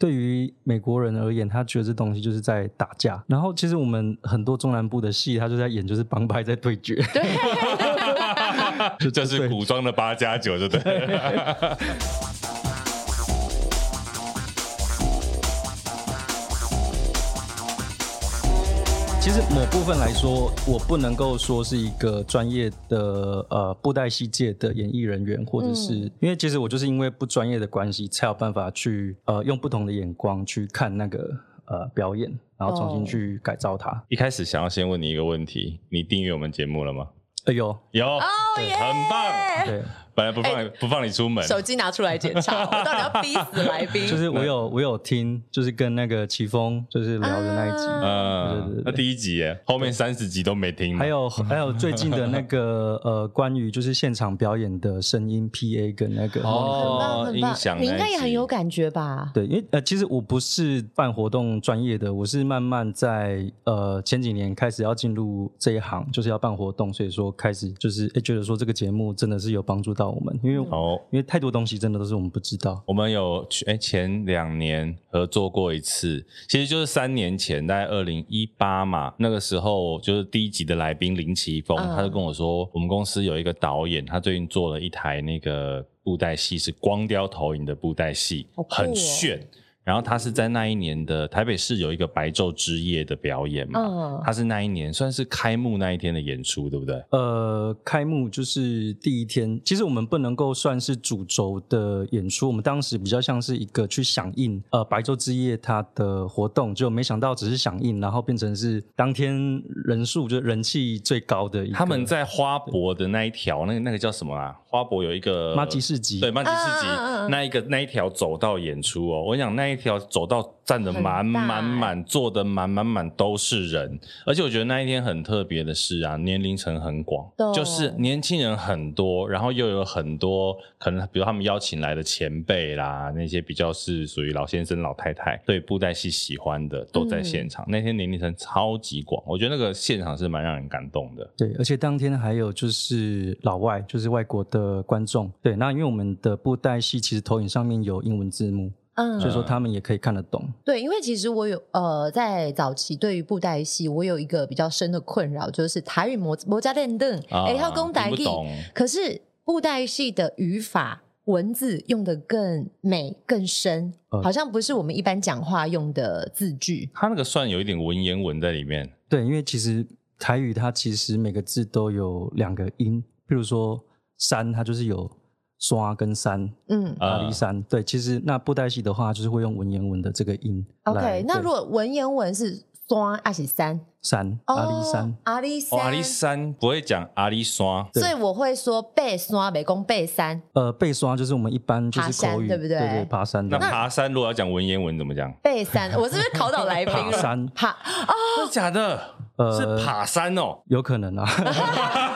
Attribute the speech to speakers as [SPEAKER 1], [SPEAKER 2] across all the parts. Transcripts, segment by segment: [SPEAKER 1] 对于美国人而言，他觉得这东西就是在打架。然后其实我们很多中南部的戏，他就在演就是帮派在对决。
[SPEAKER 2] 对，
[SPEAKER 3] 这是古装的八加九，对 不对？
[SPEAKER 1] 其实某部分来说，我不能够说是一个专业的呃布袋戏界的演艺人员，
[SPEAKER 2] 嗯
[SPEAKER 1] 或者是、因为其实我就是因为不专业的关系，才有办法去呃用不同的眼光去看那个呃表演，然后重新
[SPEAKER 2] 哦
[SPEAKER 1] 去改造它。
[SPEAKER 3] 一开始想要先问你一个问题，你订阅我们节目了吗？
[SPEAKER 1] 哎呦，
[SPEAKER 3] 有，
[SPEAKER 2] 哦
[SPEAKER 3] 很棒。
[SPEAKER 1] 对，
[SPEAKER 3] 本来不放你不放你出门，
[SPEAKER 2] 哎手机拿出来检查，我到底要逼死来宾？
[SPEAKER 1] 就是我有我有听，就是跟那个齐峰就是聊的那一集，
[SPEAKER 2] 啊
[SPEAKER 1] 对对
[SPEAKER 3] 嗯
[SPEAKER 1] 对，
[SPEAKER 3] 那第一集耶，后面三十集都没听嘛，
[SPEAKER 1] 还有还有最近的那 个呃，关于就是现场表演的声音 PA 跟那个
[SPEAKER 2] 很棒
[SPEAKER 3] 哦，
[SPEAKER 2] 很
[SPEAKER 3] 音
[SPEAKER 2] 棒
[SPEAKER 3] 响那一集，
[SPEAKER 2] 你应该也很有感觉吧？
[SPEAKER 1] 对，因为呃，其实我不是办活动专业的，我是慢慢在呃前几年开始要进入这一行，就是要办活动，所以说开始就是哎、诶觉得说这个节目真的是有帮助到我们，因为、
[SPEAKER 3] 哦。
[SPEAKER 1] 因为太多东西真的都是我们不知道。
[SPEAKER 3] 我们有去哎、前两年合作过一次，其实就是三年前，大概二零一八嘛，那个时候就是第一集的来宾林奇峰，
[SPEAKER 2] 嗯
[SPEAKER 3] 他就跟我说，我们公司有一个导演，他最近做了一台那个布袋戏，是光雕投影的布袋戏，
[SPEAKER 2] 好酷哦
[SPEAKER 3] 很炫。然后他是在那一年的台北市有一个白昼之夜的表演嘛，
[SPEAKER 2] 嗯
[SPEAKER 3] 他是那一年算是开幕那一天的演出，对不对？
[SPEAKER 1] 呃，开幕就是第一天，其实我们不能够算是主轴的演出，我们当时比较像是一个去响应呃白昼之夜它的活动，就没想到只是响应，然后变成是当天人数就是人气最高的一个。
[SPEAKER 3] 他们在花博的那一条，那个那个叫什么啊？花博有一个
[SPEAKER 1] 马吉市集
[SPEAKER 3] 对，马吉市集
[SPEAKER 2] 啊啊啊啊
[SPEAKER 3] 那一个那一条走道演出哦。我想那一条走道站的满
[SPEAKER 2] 很大欸
[SPEAKER 3] 满满，坐的满满满都是人，而且我觉得那一天很特别的是啊，年龄层很广
[SPEAKER 2] 懂，
[SPEAKER 3] 就是年轻人很多，然后又有很多可能，比如他们邀请来的前辈啦，那些比较是属于老先生、老太太，对布袋戏喜欢的都
[SPEAKER 2] 嗯
[SPEAKER 3] 在现场。那天年龄层超级广，我觉得那个现场是蛮让人感动的。
[SPEAKER 1] 对，而且当天还有就是老外，就是外国的观众。对，那因为我们的布袋戏其实投影上面有英文字幕，
[SPEAKER 2] 嗯
[SPEAKER 1] 所以说他们也可以看得懂。
[SPEAKER 2] 对，因为其实我有呃，在早期对于布袋戏，我有一个比较深的困扰，就是台语摩摩加练凳，
[SPEAKER 3] 啊
[SPEAKER 2] 哎、要公台
[SPEAKER 3] 听不
[SPEAKER 2] 语
[SPEAKER 3] 懂，
[SPEAKER 2] 可是布袋戏的语法。文字用的更美更深，
[SPEAKER 1] 呃
[SPEAKER 2] 好像不是我们一般讲话用的字句。
[SPEAKER 3] 他那个算有一点文言文在里面。
[SPEAKER 1] 对，因为其实台语它其实每个字都有两个音，譬如说山，它就是有刷跟山，
[SPEAKER 2] 嗯
[SPEAKER 3] 啊
[SPEAKER 1] 阿里山。对，其实那布袋戏的话，就是会用文言文的这个音啊来。
[SPEAKER 2] ，OK，那
[SPEAKER 1] 对
[SPEAKER 2] 如果文言文是双阿喜三，
[SPEAKER 1] 山
[SPEAKER 2] 哦
[SPEAKER 1] 阿里山，，
[SPEAKER 2] 阿里
[SPEAKER 3] 哦，
[SPEAKER 2] 山，
[SPEAKER 3] 阿里山不会讲阿里山，
[SPEAKER 1] 对
[SPEAKER 2] 所以我会说背刷美工背山
[SPEAKER 1] 呃，背刷就是我们一般就
[SPEAKER 2] 哦爬
[SPEAKER 1] 是
[SPEAKER 2] 山
[SPEAKER 1] 口语，
[SPEAKER 2] 对不
[SPEAKER 1] 对
[SPEAKER 2] 对
[SPEAKER 1] 爬山
[SPEAKER 3] 那
[SPEAKER 1] 的
[SPEAKER 3] 爬山如果要讲文言文怎么 讲？
[SPEAKER 2] 背 山，我是不是考倒来宾
[SPEAKER 1] 爬
[SPEAKER 2] 了？
[SPEAKER 1] 山，
[SPEAKER 2] 爬
[SPEAKER 3] 真的假的？
[SPEAKER 1] 呃
[SPEAKER 3] 是爬山哦。
[SPEAKER 1] 有可 能啊，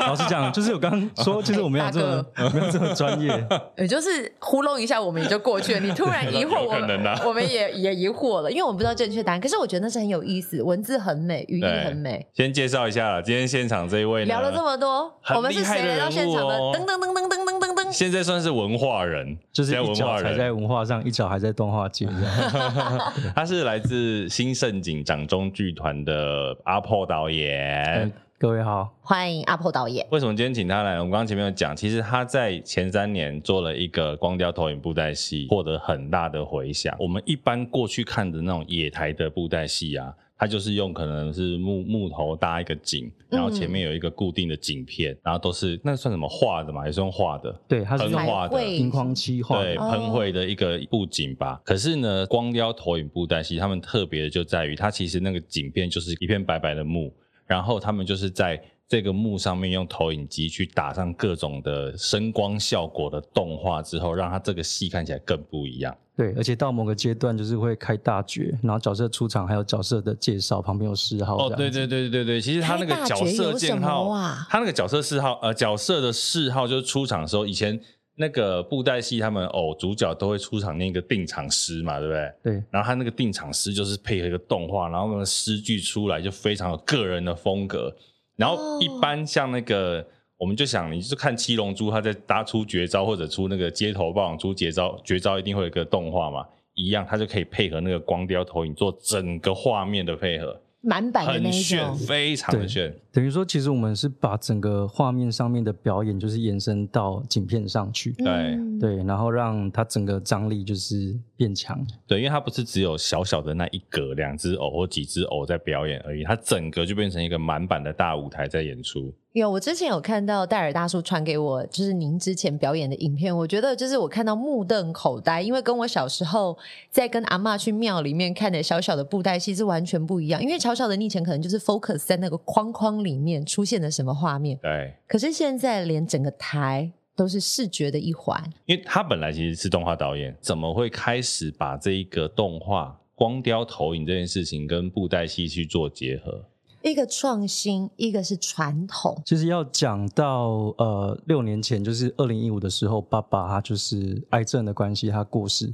[SPEAKER 1] 老实讲，就是我刚刚说，其实我没有这么、没有这么专 业，
[SPEAKER 2] 也就是糊弄一下我们也就过去了。你突然疑惑
[SPEAKER 3] 有
[SPEAKER 2] 我
[SPEAKER 3] 可能
[SPEAKER 2] 们，
[SPEAKER 3] 啊
[SPEAKER 2] 我们也也疑惑了，因为我们不知道正确答案。可是我觉得那是很有意思，文字很美，语义
[SPEAKER 3] 对
[SPEAKER 2] 很美。
[SPEAKER 3] 先介绍一下啦，今天现场这一位呢
[SPEAKER 2] 聊了这么多，
[SPEAKER 3] 很
[SPEAKER 2] 我们是
[SPEAKER 3] 厉害
[SPEAKER 2] 谁
[SPEAKER 3] 的
[SPEAKER 2] 来到现
[SPEAKER 3] 人物
[SPEAKER 2] 场的？
[SPEAKER 3] 哦
[SPEAKER 2] 噔噔噔噔噔噔噔噔。
[SPEAKER 3] 现在算是文化人，
[SPEAKER 1] 就是
[SPEAKER 3] 现在
[SPEAKER 1] 一
[SPEAKER 3] 文
[SPEAKER 1] 脚
[SPEAKER 3] 化
[SPEAKER 1] 踩在
[SPEAKER 3] 人，
[SPEAKER 1] 文化上，一脚还在动画界这样。
[SPEAKER 3] 他是来自新盛景掌中剧团的阿破导演。
[SPEAKER 1] 嗯各位好，
[SPEAKER 2] 欢迎阿破导演，
[SPEAKER 3] 为什么今天请他来？我们刚刚前面有讲，其实他在前三年做了一个光雕投影布袋戏，获得很大的回响。我们一般过去看的那种野台的布袋戏啊，它就是用可能是木木头搭一个景，然后前面有一个固定的景片，然后都是那算什么画的嘛，也是用画的。
[SPEAKER 1] 对，他是
[SPEAKER 3] 很
[SPEAKER 1] 用
[SPEAKER 3] 文化
[SPEAKER 2] 彩
[SPEAKER 3] 的
[SPEAKER 2] 绘
[SPEAKER 1] 荧光漆画
[SPEAKER 3] 对，
[SPEAKER 1] 的，
[SPEAKER 2] 哦
[SPEAKER 3] 喷绘的一个布景吧。可是呢，光雕投影布袋戏，他们特别的就在于，它其实那个景片就是一片白白的幕，然后他们就是在这个幕上面用投影机去打上各种的声光效果的动画之后，让它这个戏看起来更不一样。
[SPEAKER 1] 对，而且到某个阶段就是会开大绝，然后角色出场还有角色的介绍，旁边有嗜好
[SPEAKER 3] 哦，
[SPEAKER 1] 这样
[SPEAKER 3] 对对对对对对，其实他那个
[SPEAKER 2] 开大
[SPEAKER 3] 角
[SPEAKER 2] 绝
[SPEAKER 3] 色
[SPEAKER 2] 有
[SPEAKER 3] 建
[SPEAKER 2] 什
[SPEAKER 3] 号
[SPEAKER 2] 么啊
[SPEAKER 3] 他那个角色嗜好，呃，角色的嗜好就是出场的时候，以前那个布袋戏他们偶、主角都会出场念一个定场诗嘛，对不对？
[SPEAKER 1] 对
[SPEAKER 3] 然后他那个定场诗就是配合一个动画，然后那个诗句出来就非常有个人的风格。然
[SPEAKER 2] 哦
[SPEAKER 3] 后一般像那个，我们就想，你就看七龙珠，他在搭出绝招或者出那个街头霸王出绝招，绝招一定会有一个动画嘛。一样，它就可以配合那个光雕投影做整个画面的配合，
[SPEAKER 2] 满版的那
[SPEAKER 3] 很
[SPEAKER 2] 一
[SPEAKER 3] 炫，
[SPEAKER 2] 种，
[SPEAKER 3] 非常的炫。
[SPEAKER 1] 等于说，其实我们是把整个画面上面的表演，就是延伸到景片上去，
[SPEAKER 2] 嗯，
[SPEAKER 1] 对，然后让它整个张力就是变强。
[SPEAKER 3] 对，因为它不是只有小小的那一格两只偶或几只偶在表演而已，它整个就变成一个满版的大舞台在演出。
[SPEAKER 2] 有，我之前有看到戴尔大叔传给我，就是您之前表演的影片，我觉得就是我看到目瞪口呆，因为跟我小时候在跟阿嬷去庙里面看的小小的布袋戏是完全不一样。因为小小的你以前可能就是 focus 在那个框框里面出现了什么画面，
[SPEAKER 3] 对，
[SPEAKER 2] 可是现在连整个台都是视觉的一环，
[SPEAKER 3] 因为他本来其实是动画导演，怎么会开始把这一个动画光雕投影这件事情跟布袋戏去做结合？
[SPEAKER 2] 一个创新，一个是传统。
[SPEAKER 1] 其实要讲到呃六年前，就是二零一五的时候，爸爸他就是癌症的关系，他过世。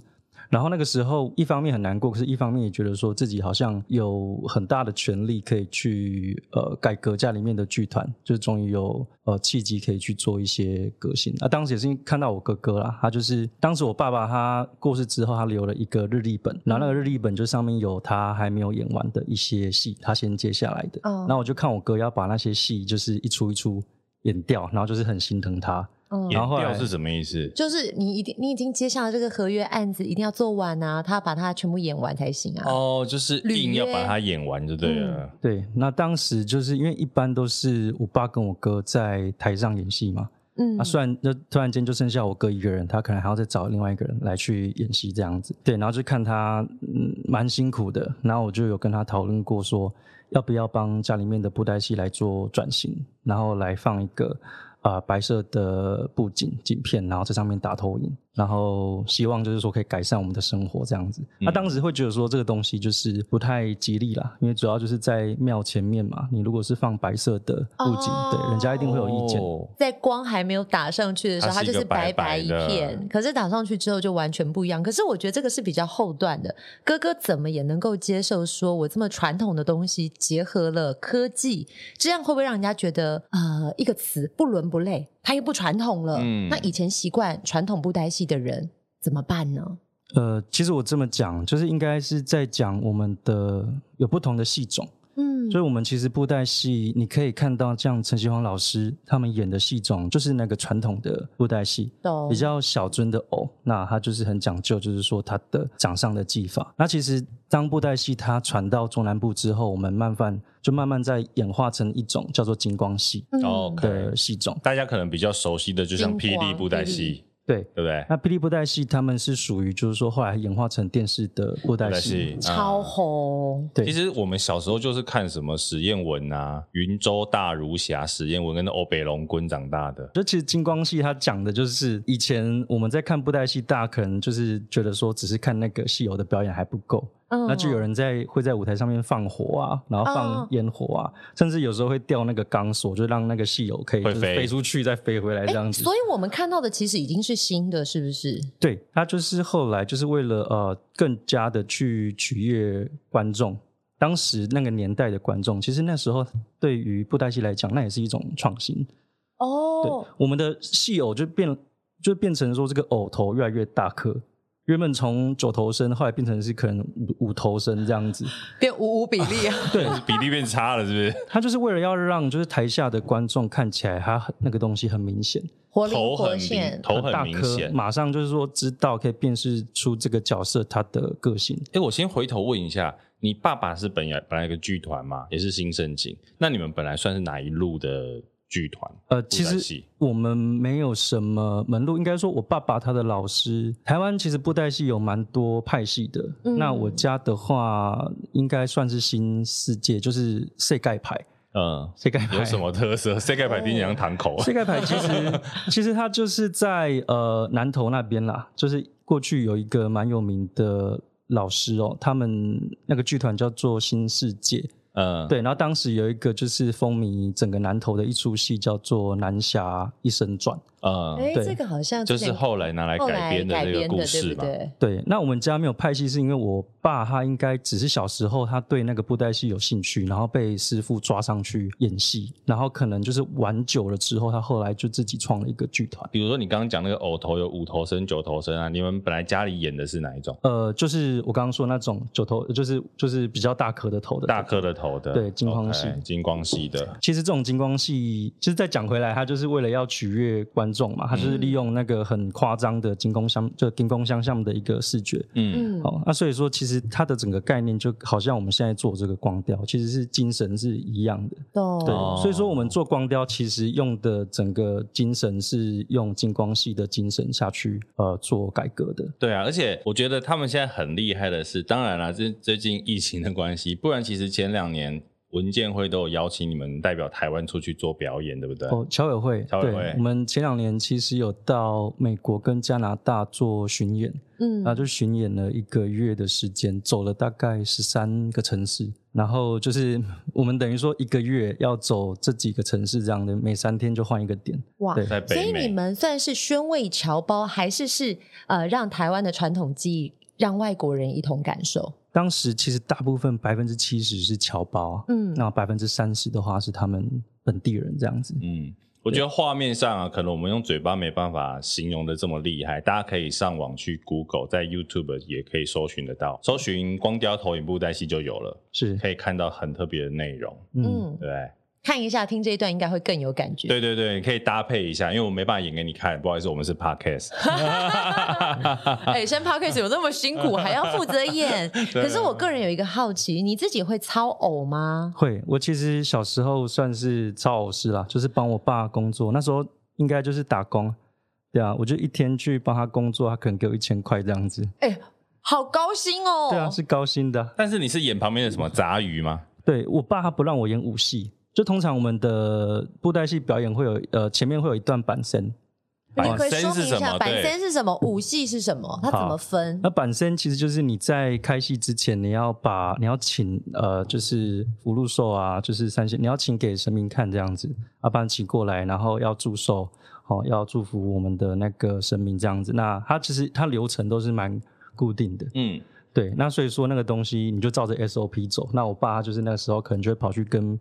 [SPEAKER 1] 然后那个时候，一方面很难过，可是一方面也觉得说自己好像有很大的权利可以去呃改革家里面的剧团，就是终于有呃契机可以去做一些革新。那、当时也是因为看到我哥哥啦，他就是当时我爸爸他过世之后，他留了一个日历本，然后那个日历本就上面有他还没有演完的一些戏，他先接下来的。
[SPEAKER 2] 哦
[SPEAKER 1] 那我就看我哥要把那些戏就是一出一出演掉，然后就是很心疼他。
[SPEAKER 2] 嗯
[SPEAKER 1] 然
[SPEAKER 3] 演
[SPEAKER 1] 后后来
[SPEAKER 3] 掉是什么意思？
[SPEAKER 2] 就是你一定，你已经接下了这个合约案子，一定要做完啊，他把它全部演完才行啊。
[SPEAKER 3] 哦，就是硬要把它演完就对了。
[SPEAKER 2] 嗯
[SPEAKER 1] 对，那当时就是因为一般都是我爸跟我哥在台上演戏嘛，
[SPEAKER 2] 嗯
[SPEAKER 1] 那、啊虽然就突然间就剩下我哥一个人，他可能还要再找另外一个人来去演戏这样子。对，然后就看他嗯蛮辛苦的，然后我就有跟他讨论过说，要不要帮家里面的布袋戏来做转型，然后来放一个啊、呃白色的布景景片，然后在上面打投影，然后希望就是说可以改善我们的生活这样子。那、
[SPEAKER 3] 嗯
[SPEAKER 1] 当时会觉得说这个东西就是不太吉利啦，因为主要就是在庙前面嘛，你如果是放白色的布景，对人家一定会有意见。
[SPEAKER 3] 哦
[SPEAKER 2] 在光还没有打上去的时候，它
[SPEAKER 3] 它是
[SPEAKER 2] 就
[SPEAKER 3] 一个
[SPEAKER 2] 是
[SPEAKER 3] 白
[SPEAKER 2] 白白
[SPEAKER 3] 白
[SPEAKER 2] 一
[SPEAKER 3] 的
[SPEAKER 2] 片。可是打上去之后就完全不一样。可是我觉得这个是比较后段的，哥哥怎么也能够接受，说我这么传统的东西结合了科技，这样会不会让人家觉得呃一个词不伦不类，它又不传统了？
[SPEAKER 3] 嗯
[SPEAKER 2] 那以前习惯传统布袋戏的人怎么办呢？
[SPEAKER 1] 呃，其实我这么讲，就是应该是在讲我们的有不同的戏种，
[SPEAKER 2] 嗯
[SPEAKER 1] 所以我们其实布袋戏，你可以看到像陈希煌老师他们演的戏种，就是那个传统的布袋戏，
[SPEAKER 2] 懂
[SPEAKER 1] 比较小尊的偶，那它就是很讲究，就是说它的掌上的技法。那其实当布袋戏它传到中南部之后，我们慢慢就慢慢在演化成一种叫做金光戏
[SPEAKER 2] 嗯
[SPEAKER 3] 哦可
[SPEAKER 1] 的戏种。
[SPEAKER 3] 大家可能比较熟悉的，就像
[SPEAKER 2] 金
[SPEAKER 3] 霹
[SPEAKER 2] 光
[SPEAKER 3] 雳布袋戏，
[SPEAKER 1] 对，
[SPEAKER 3] 对不对？
[SPEAKER 1] 那霹雳布袋戏他们是属于就是说后来演化成电视的布袋戏。
[SPEAKER 3] 嗯
[SPEAKER 2] 超红，
[SPEAKER 1] 对
[SPEAKER 3] 其实我们小时候就是看什么史艳文啊、云州大儒侠史艳文跟欧北龙棍长大 的。
[SPEAKER 1] 就其实金光戏它讲的就是以前我们在看布袋戏，大家可能就是觉得说只是看那个戏友的表演还不够，
[SPEAKER 2] 嗯
[SPEAKER 1] 那就有人在会在舞台上面放火啊，然后
[SPEAKER 2] 哦
[SPEAKER 1] 放烟火啊，甚至有时候会掉那个钢索，就让那个戏友可以
[SPEAKER 3] 会
[SPEAKER 1] 就是
[SPEAKER 3] 飞
[SPEAKER 1] 飞出去再飞回来这样子。
[SPEAKER 2] 所以我们看到的其实已经是新的，是不是？
[SPEAKER 1] 对，他就是后来就是为了呃更加的去取悦观众。当时那个年代的观众，其实那时候对于布袋戏来讲，那也是一种创新。对
[SPEAKER 2] 哦，，
[SPEAKER 1] 我们的戏偶就变就变成说这个偶头越来越大颗，原本从九头身，后来变成是可能五五头身这样子。
[SPEAKER 2] 变五五比例啊。
[SPEAKER 1] 对，
[SPEAKER 3] 比例变差了，是不是？
[SPEAKER 1] 他就是为了要让就是台下的观众看起来他那个东西很明显，
[SPEAKER 2] 活灵
[SPEAKER 3] 头
[SPEAKER 2] 活
[SPEAKER 3] 很
[SPEAKER 2] 现
[SPEAKER 3] 明，。头
[SPEAKER 1] 大
[SPEAKER 3] 很明
[SPEAKER 1] 颗，
[SPEAKER 3] 显。
[SPEAKER 1] 马上就是说知道可以辨识出这个角色他的个性。
[SPEAKER 3] 哎、我先回头问一下，你爸爸是本来本来一个剧团嘛，也是新盛景，那你们本来算是哪一路的剧团？
[SPEAKER 1] 呃，
[SPEAKER 3] 布
[SPEAKER 1] 其
[SPEAKER 3] 袋
[SPEAKER 1] 实
[SPEAKER 3] 戏
[SPEAKER 1] 我们没有什么门路，应该说，我爸爸他的老师，台湾其实布袋戏有蛮多派系的。
[SPEAKER 2] 嗯
[SPEAKER 1] 那我家的话，应该算是新世界，就是世界牌，
[SPEAKER 3] 嗯，
[SPEAKER 1] 世界牌
[SPEAKER 3] 有什么特色？世 界牌听起来像堂口，
[SPEAKER 1] 世界牌其 实其实它就是在呃南投那边啦，就是过去有一个蛮有名的老师哦，他们那个剧团叫做新世界，
[SPEAKER 3] 嗯，，
[SPEAKER 1] 对，然后当时有一个就是风靡整个南投的一出戏叫做《南侠一生传》，
[SPEAKER 3] 嗯，
[SPEAKER 2] 哎，
[SPEAKER 1] 对
[SPEAKER 2] 这个好像之
[SPEAKER 3] 就
[SPEAKER 2] 前
[SPEAKER 3] 是后来拿来
[SPEAKER 2] 后
[SPEAKER 3] 改
[SPEAKER 2] 来
[SPEAKER 3] 编的
[SPEAKER 2] 改
[SPEAKER 3] 这个
[SPEAKER 2] 编
[SPEAKER 3] 故
[SPEAKER 2] 的，对
[SPEAKER 3] 事
[SPEAKER 2] 不
[SPEAKER 3] 嘛。
[SPEAKER 2] 对？
[SPEAKER 1] 对，那我们家没有派系，是因为我爸他应该只是小时候他对那个布袋戏有兴趣，然后被师傅抓上去演戏，然后可能就是玩久了之后，他后来就自己创了一个剧团。
[SPEAKER 3] 比如说你刚刚讲那个偶头有五头身、九头身啊，你们本来家里演的是哪一种？
[SPEAKER 1] 呃，就是我刚刚说那种九头，就是就是比较大颗的头的
[SPEAKER 3] 大颗的头的，
[SPEAKER 1] 对金光系
[SPEAKER 3] OK，金光系的，
[SPEAKER 1] 其实这种金光戏，其实再讲回来，他就是为了要取悦观众嘛，他就是利用那个很夸张的金光相，就金光相像的一个视觉。
[SPEAKER 3] 嗯，
[SPEAKER 2] 嗯，
[SPEAKER 1] 好，那所以说，其实它的整个概念就好像我们现在做这个光雕，其实是精神是一样的。对，
[SPEAKER 2] 懂。
[SPEAKER 3] 哦
[SPEAKER 1] 所以说我们做光雕，其实用的整个精神是用金光系的精神下去呃做改革的。
[SPEAKER 3] 对啊，而且我觉得他们现在很厉害的是，当然啦，这最近疫情的关系，不然其实前两年文建会都有邀请你们代表台湾出去做表演，对不对？
[SPEAKER 1] 哦，侨委会，
[SPEAKER 3] 侨委
[SPEAKER 1] 对，
[SPEAKER 3] 会
[SPEAKER 1] 我们前两年其实有到美国跟加拿大做巡演，
[SPEAKER 2] 嗯
[SPEAKER 1] 然后就巡演了一个月的时间，走了大概十三个城市。然后就是我们等于说一个月要走这几个城市这样的，每三天就换一个点。
[SPEAKER 2] 哇
[SPEAKER 1] 对，
[SPEAKER 3] 在
[SPEAKER 2] 所
[SPEAKER 3] 北
[SPEAKER 2] 以你
[SPEAKER 3] 美，
[SPEAKER 2] 们算是宣慰侨胞，还是是呃让台湾的传统技艺让外国人一同感受？
[SPEAKER 1] 当时其实大部分百分之七十是侨胞，
[SPEAKER 2] 嗯
[SPEAKER 1] 那百分之三十的话是他们本地人这样子。
[SPEAKER 3] 嗯。我觉得画面上啊，可能我们用嘴巴没办法形容的这么厉害，大家可以上网去 Google，在 YouTube 也可以搜寻得到，搜寻“光雕投影布袋戏”就有了，
[SPEAKER 1] 是，
[SPEAKER 3] 可以看到很特别的内容，
[SPEAKER 1] 嗯，
[SPEAKER 2] 嗯，
[SPEAKER 3] 对不对？
[SPEAKER 2] 看一下听这一段应该会更有感觉。
[SPEAKER 3] 对对对，你可以搭配一下，因为我没办法演给你看，不好意思，我们是 podcast。
[SPEAKER 2] 哎，生 p o d c a s 有那么辛苦，还要负责演。
[SPEAKER 3] 对
[SPEAKER 2] 可是我个人有一个好奇，你自己会操偶吗？
[SPEAKER 1] 会。我其实小时候算是操偶师啦，就是帮我爸工作，那时候应该就是打工。对啊，我就一天去帮他工作，他可能给我一千块这样子。
[SPEAKER 2] 哎，好高薪哦！
[SPEAKER 1] 对啊，是高薪的啊。
[SPEAKER 3] 但是你是演旁边的什么杂鱼吗？
[SPEAKER 1] 对我爸他不让我演武戏，就通常我们的布袋戏表演会有呃前面会有一段板身，
[SPEAKER 2] 你可
[SPEAKER 3] 板
[SPEAKER 2] 以说
[SPEAKER 3] 身
[SPEAKER 2] 明
[SPEAKER 3] 哦是
[SPEAKER 2] 一
[SPEAKER 3] 什
[SPEAKER 2] 下
[SPEAKER 3] 么？
[SPEAKER 2] 板
[SPEAKER 3] 对，
[SPEAKER 2] 身是什么，武戏是什么，它怎么分？
[SPEAKER 1] 那板身其实就是你在开戏之前，你要把你要请呃就是福禄寿啊，就是三仙，你要请给神明看这样子，啊，把你请过来，然后要祝寿，好、要祝福我们的那个神明这样子。那它其实它流程都是蛮固定的，
[SPEAKER 3] 嗯，
[SPEAKER 1] 对，那所以说那个东西你就照着 SOP 走。那我爸他就是那时候可能就会跑去跟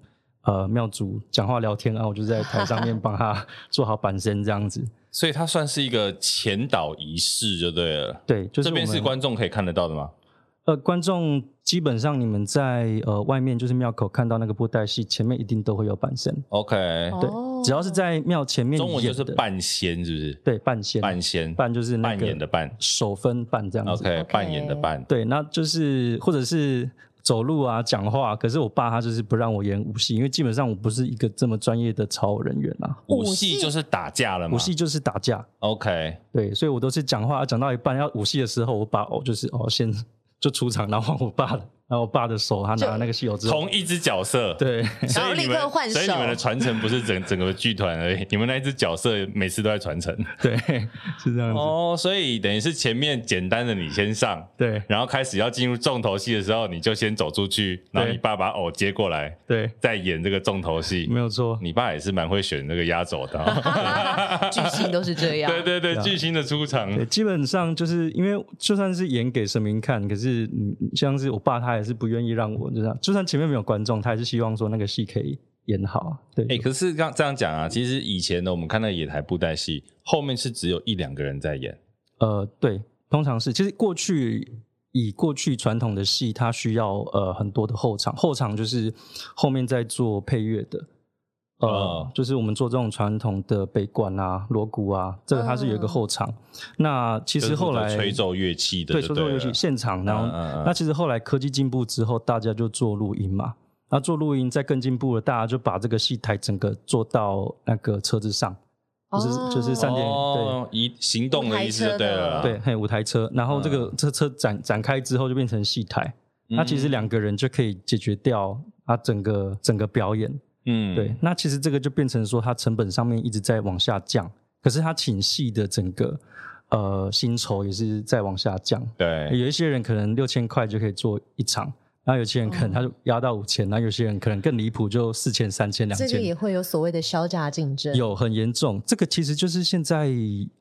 [SPEAKER 1] 呃庙主讲话聊天啊，我就在台上面帮他 做好板身这样子。
[SPEAKER 3] 所以它算是一个前导仪式就对了。
[SPEAKER 1] 对，就是
[SPEAKER 3] 这边
[SPEAKER 1] 我
[SPEAKER 3] 是
[SPEAKER 1] 们
[SPEAKER 3] 观众可以看得到的吗？
[SPEAKER 1] 呃观众基本上你们在呃外面就是庙口看到那个布袋戏，前面一定都会有板身。
[SPEAKER 3] OK，、
[SPEAKER 1] 对，
[SPEAKER 2] 哦
[SPEAKER 1] 只要是在庙前面
[SPEAKER 3] 中文就
[SPEAKER 1] 演
[SPEAKER 3] 是
[SPEAKER 1] 的
[SPEAKER 3] 扮仙，是不是？
[SPEAKER 1] 对半仙
[SPEAKER 3] 扮仙，
[SPEAKER 1] 扮就是那
[SPEAKER 3] 扮
[SPEAKER 1] 个
[SPEAKER 3] 演的扮。
[SPEAKER 1] 手分半这样子。
[SPEAKER 3] OK，
[SPEAKER 2] OK
[SPEAKER 3] 扮演的扮。
[SPEAKER 1] 对，那就是或者是走路啊、讲话，可是我爸他就是不让我演武戏，因为基本上我不是一个这么专业的操偶人员啊。
[SPEAKER 3] 武
[SPEAKER 2] 武
[SPEAKER 3] 戏
[SPEAKER 2] 戏
[SPEAKER 3] 就是打架了嘛。
[SPEAKER 1] 武戏就是打架，
[SPEAKER 3] OK，
[SPEAKER 1] 对，所以我都是讲话讲到一半要武戏的时候，我把哦就是哦先就出场，然后换我爸了，然后我爸的手他拿那个戏偶之后，
[SPEAKER 3] 同一只角色。。
[SPEAKER 1] 对
[SPEAKER 3] 所
[SPEAKER 2] 然后
[SPEAKER 3] 以
[SPEAKER 2] 立
[SPEAKER 3] 你们
[SPEAKER 2] 刻，换手
[SPEAKER 3] 所以你们的传承不是整整个剧团而已，你们那一只角色每次都在传承。
[SPEAKER 1] 对是这样子，
[SPEAKER 3] 哦，所 以等于是前面简单的你先上，
[SPEAKER 1] 对
[SPEAKER 3] 然后开始要进入重头戏的时候，你就先走出去，然后你爸把偶接过来，
[SPEAKER 1] 对，
[SPEAKER 3] 再演这个重头戏
[SPEAKER 1] 没。有错，
[SPEAKER 3] 你爸也是蛮会选这个压轴 的哦，
[SPEAKER 2] 巨星都是 这样。
[SPEAKER 3] 对对对，
[SPEAKER 1] 对啊
[SPEAKER 3] 巨星的出场，
[SPEAKER 1] 对，基本上就是因为就算是演给神明看，可是嗯，像是我爸他也是不愿意让我，就这样，就算前面没有观众，他还是希望说那个戏可以演好啊。对，
[SPEAKER 3] 哎、可是刚这样讲啊，其实以前呢，我们看那个野台布袋戏，后面是只有一两个人在演，
[SPEAKER 1] 呃，对，通常是，其实过去以过去传统的戏，它需要呃很多的后场，后场就是后面在做配乐的。呃，
[SPEAKER 3] 哦
[SPEAKER 1] 就是我们做这种传统的北管啊、锣鼓啊，这个它是有一
[SPEAKER 3] 嗯
[SPEAKER 1] 个后场。那其
[SPEAKER 3] 其
[SPEAKER 1] 实后来
[SPEAKER 3] 吹奏乐器的
[SPEAKER 1] 对，
[SPEAKER 3] 就
[SPEAKER 1] 说
[SPEAKER 3] 对，
[SPEAKER 1] 说游戏，现场，然后、
[SPEAKER 3] 嗯嗯嗯
[SPEAKER 1] 那其实后来科技进步之后，大家就做录音嘛，那做录音再更进步了，大家就把这个戏台整个做到那个车子上，就是、
[SPEAKER 2] 哦
[SPEAKER 1] 就是三点、
[SPEAKER 3] 哦，移行动的意思就对了啦，
[SPEAKER 1] 对对，还有舞台车，然后这个
[SPEAKER 3] 嗯
[SPEAKER 1] 车车展展开之后就变成戏台，那其实两个人就可以解决掉啊整个整个表演，
[SPEAKER 3] 嗯，嗯
[SPEAKER 1] 对，，那其实这个就变成说它成本上面一直在往下降，可是它请戏的整个呃薪酬也是在往下降。
[SPEAKER 3] 对，
[SPEAKER 1] 有一些人可能六千块就可以做一场，然后有些人
[SPEAKER 2] 哦
[SPEAKER 1] 可能他就压到五千，然后有些人可能更离谱，就四千、三千、两
[SPEAKER 2] 这个
[SPEAKER 1] 千
[SPEAKER 2] 也，会有所谓的销价竞争。
[SPEAKER 1] 有很严重。这个其实就是现在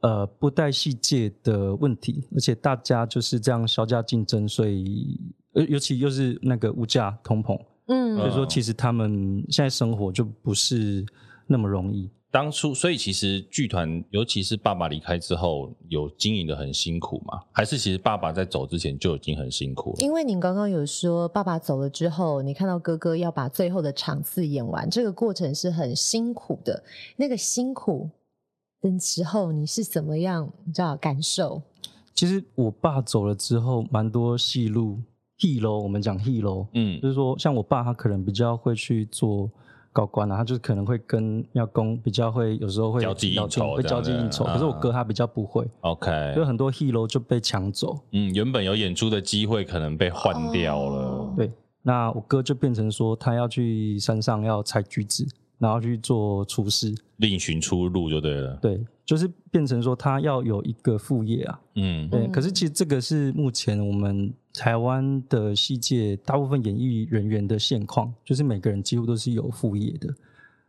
[SPEAKER 1] 呃布袋戏界的问题，而且大家就是这样销价竞争，所以尤尤其又是那个物价通膨，
[SPEAKER 2] 嗯，
[SPEAKER 1] 所以说
[SPEAKER 3] 嗯
[SPEAKER 1] 其实他们现在生活就不是那么容易。
[SPEAKER 3] 当初，所以其实剧团，尤其是爸爸离开之后，有经营的很辛苦嘛？还是其实爸爸在走之前就已经很辛苦了？
[SPEAKER 2] 因为你刚刚有说爸爸走了之后，你看到哥哥要把最后的场次演完，这个过程是很辛苦的。那个辛苦的时候，你是怎么样？你知道感受？
[SPEAKER 1] 其实我爸走了之后，蛮多戏路 hero，我们讲 hero，
[SPEAKER 3] 嗯
[SPEAKER 1] 就是说像我爸他可能比较会去做高官啊，他就是可能会跟庙公比较会有时候会
[SPEAKER 3] 交际应酬
[SPEAKER 1] 会交际
[SPEAKER 3] 这样啊
[SPEAKER 1] 应酬，
[SPEAKER 3] 的
[SPEAKER 1] 可是我哥他比较不会，
[SPEAKER 3] ，OK，
[SPEAKER 1] 所以很多 hero 就被抢走，
[SPEAKER 3] 嗯，原本有演出的机会可能被换掉了。
[SPEAKER 2] 哦
[SPEAKER 1] 对，那我哥就变成说他要去山上要采橘子，然后去做厨师，
[SPEAKER 3] 另寻出路就对了。
[SPEAKER 1] 对，就是变成说他要有一个副业啊，
[SPEAKER 3] 嗯，
[SPEAKER 1] 对，
[SPEAKER 2] 嗯
[SPEAKER 1] 可是其实这个是目前我们台湾的戏界大部分演艺人员的现况，就是每个人几乎都是有副业的，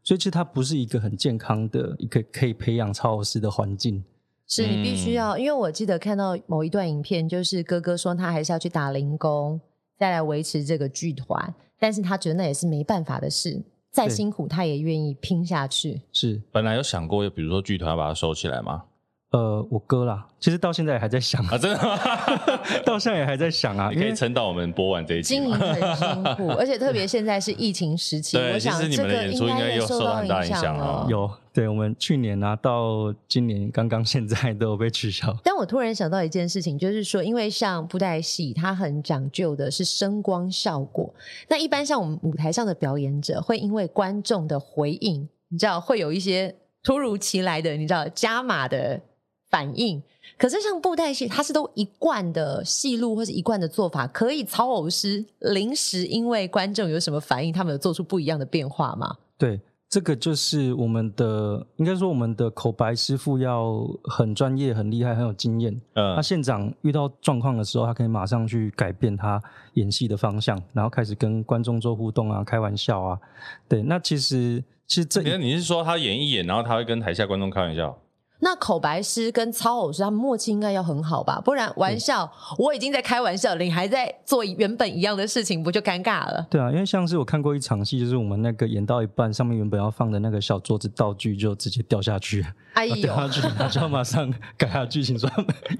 [SPEAKER 1] 所以其实它不是一个很健康的一个可以培养超老师的环境。
[SPEAKER 2] 是你必须
[SPEAKER 3] 嗯
[SPEAKER 2] 要，因为我记得看到某一段影片，就是哥哥说他还是要去打零工，再来维持这个剧团，但是他觉得那也是没办法的事，再
[SPEAKER 1] 对
[SPEAKER 2] 辛苦他也愿意拼下去。
[SPEAKER 1] 是，
[SPEAKER 3] 本来有想过，比如说剧团要把它收起来吗？
[SPEAKER 1] 呃，我哥啦，其实到现在也还在想，
[SPEAKER 3] 啊，真的吗？
[SPEAKER 1] 到现在也还在想啊，
[SPEAKER 3] 你
[SPEAKER 1] 因
[SPEAKER 3] 可以
[SPEAKER 1] 为
[SPEAKER 3] 撑到我们播完这一集
[SPEAKER 2] 经
[SPEAKER 3] 吗
[SPEAKER 2] 营很辛 苦，而且特别现在是疫情时期，
[SPEAKER 3] 对
[SPEAKER 2] 我想
[SPEAKER 3] 其实你
[SPEAKER 2] 这
[SPEAKER 3] 们的
[SPEAKER 2] 个
[SPEAKER 3] 演
[SPEAKER 2] 应
[SPEAKER 3] 出应该
[SPEAKER 2] 该也
[SPEAKER 3] 有受到
[SPEAKER 2] 到
[SPEAKER 3] 很大影响
[SPEAKER 2] 响
[SPEAKER 3] 哦
[SPEAKER 2] 了。
[SPEAKER 1] 有，对我们去年啊到今年刚刚现在都有被取消。
[SPEAKER 2] 但我突然想到一件事情，就是说，因为像布袋戏，它很讲究的是声光效果。那一般像我们舞台上的表演者，会因为观众的回应，你知道会有一些突如其来的，你知道加码的反应。可是像布袋戏，它是都一贯的戏路或是一贯的做法，可以操偶师临时因为观众有什么反应，他们有做出不一样的变化吗？
[SPEAKER 1] 对，这个就是我们的，应该说我们的口白师傅要很专业、很厉害、很有经验。他
[SPEAKER 3] 嗯，
[SPEAKER 1] 现场遇到状况的时候，他可以马上去改变他演戏的方向，然后开始跟观众做互动啊、开玩笑啊。对，那其实其实这
[SPEAKER 3] 你你是说他演一演，然后他会跟台下观众开玩笑？
[SPEAKER 2] 那口白师跟操偶师他们默契应该要很好吧？不然玩笑我已经在开玩笑了，你还在做原本一样的事情，不就尴尬了？
[SPEAKER 1] 对啊，因为像是我看过一场戏，就是我们那个演到一半，上面原本要放的那个小桌子道具就直接掉下去，
[SPEAKER 2] 哎
[SPEAKER 1] 然后掉下
[SPEAKER 2] 呦，
[SPEAKER 1] 去，他就要马上 改他剧情说，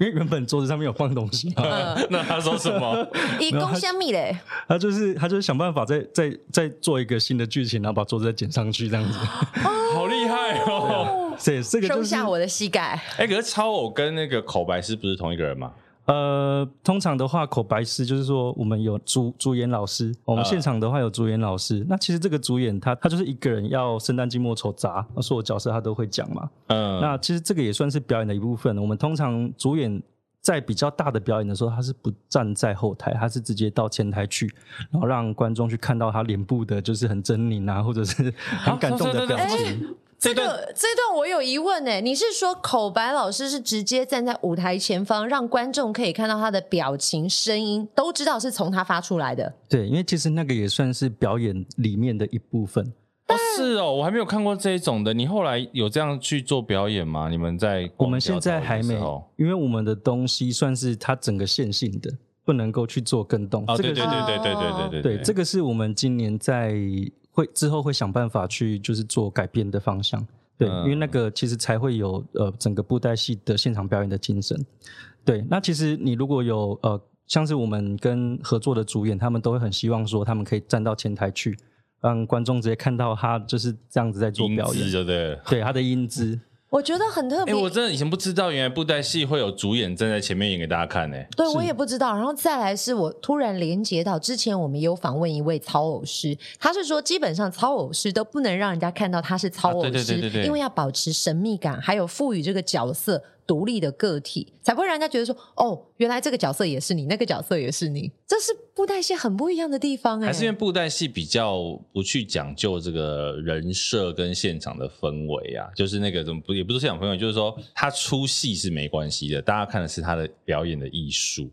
[SPEAKER 1] 因为原本桌子上面有放东西嘛，
[SPEAKER 2] 嗯，
[SPEAKER 3] 那他说什么？
[SPEAKER 2] 以公虾米嘞，
[SPEAKER 1] 他就是他就是想办法再再再做一个新的剧情，然后把桌子再捡上去这 样子。
[SPEAKER 3] 好厉害哦！
[SPEAKER 1] 所以这个
[SPEAKER 2] 收
[SPEAKER 1] 就是
[SPEAKER 2] 下我的膝盖。
[SPEAKER 3] 哎、可是超偶跟那个口白是不是同一个人嘛？
[SPEAKER 1] 呃，通常的话，口白师就是说，我们有主主演老师，我们
[SPEAKER 3] 啊
[SPEAKER 1] 现场的话有主演老师。那其实这个主演他他就是一个人要圣诞寂寞丑杂，所有角色他都会讲嘛。
[SPEAKER 3] 嗯，
[SPEAKER 1] 那其实这个也算是表演的一部分。我们通常主演在比较大的表演的时候，他是不站在后台，他是直接到前台去，然后让观众去看到他脸部的，就是很狰狞啊，或者是 很感动的表
[SPEAKER 3] 啊对对对
[SPEAKER 1] 情。
[SPEAKER 2] 这个这段我有疑问呢，你是说口白老师是直接站在舞台前方，让观众可以看到他的表情、声音，都知道是从他发出来的？
[SPEAKER 1] 对，因为其实那个也算是表演里面的一部分。
[SPEAKER 3] 哦是哦，我还没有看过这一种的。你后来有这样去做表演吗？你们在
[SPEAKER 1] 我们现在还没
[SPEAKER 3] 广角，
[SPEAKER 1] 因为我们的东西算是它整个线性的，不能够去做更动。
[SPEAKER 3] 投
[SPEAKER 1] 这
[SPEAKER 3] 的
[SPEAKER 1] 个
[SPEAKER 3] 时
[SPEAKER 1] 是
[SPEAKER 3] 候哦，对对对对对对对
[SPEAKER 1] 对这个是我们今年在会之后会想办法去就是做改变的方向。对，
[SPEAKER 3] 嗯
[SPEAKER 1] 因为那个其实才会有呃整个布袋戏的现场表演的精神。对，那其实你如果有呃像是我们跟合作的主演，他们都会很希望说他们可以站到前台去，让观众直接看到他就是这样子在做
[SPEAKER 3] 英
[SPEAKER 1] 表
[SPEAKER 3] 姿
[SPEAKER 1] 演，
[SPEAKER 3] 就对了。
[SPEAKER 1] 对他的英姿。
[SPEAKER 2] 我觉得很特
[SPEAKER 3] 哎、
[SPEAKER 2] 别，
[SPEAKER 3] 我真的以前不知道，原来布袋戏会有主演站在前面演给大家看呢、
[SPEAKER 2] 对
[SPEAKER 1] 是
[SPEAKER 2] 我也不知道。然后再来是我突然连接到之前我们有访问一位操偶师，他是说基本上操偶师都不能让人家看到他是操偶师，
[SPEAKER 3] 啊对对对对对
[SPEAKER 2] 因为要保持神秘感，还有赋予这个角色独立的个体，才不会让人家觉得说哦，原来这个角色也是你，那个角色也是你，这是布袋戏很不一样的地
[SPEAKER 1] 嗯
[SPEAKER 2] 方哎、
[SPEAKER 3] 还是因为布袋戏比较不去讲究这个人设跟现场的氛围啊，就是那个怎么不也不是现场氛围，就是说他出戏是没关系的，大家看的是他的表演的艺术。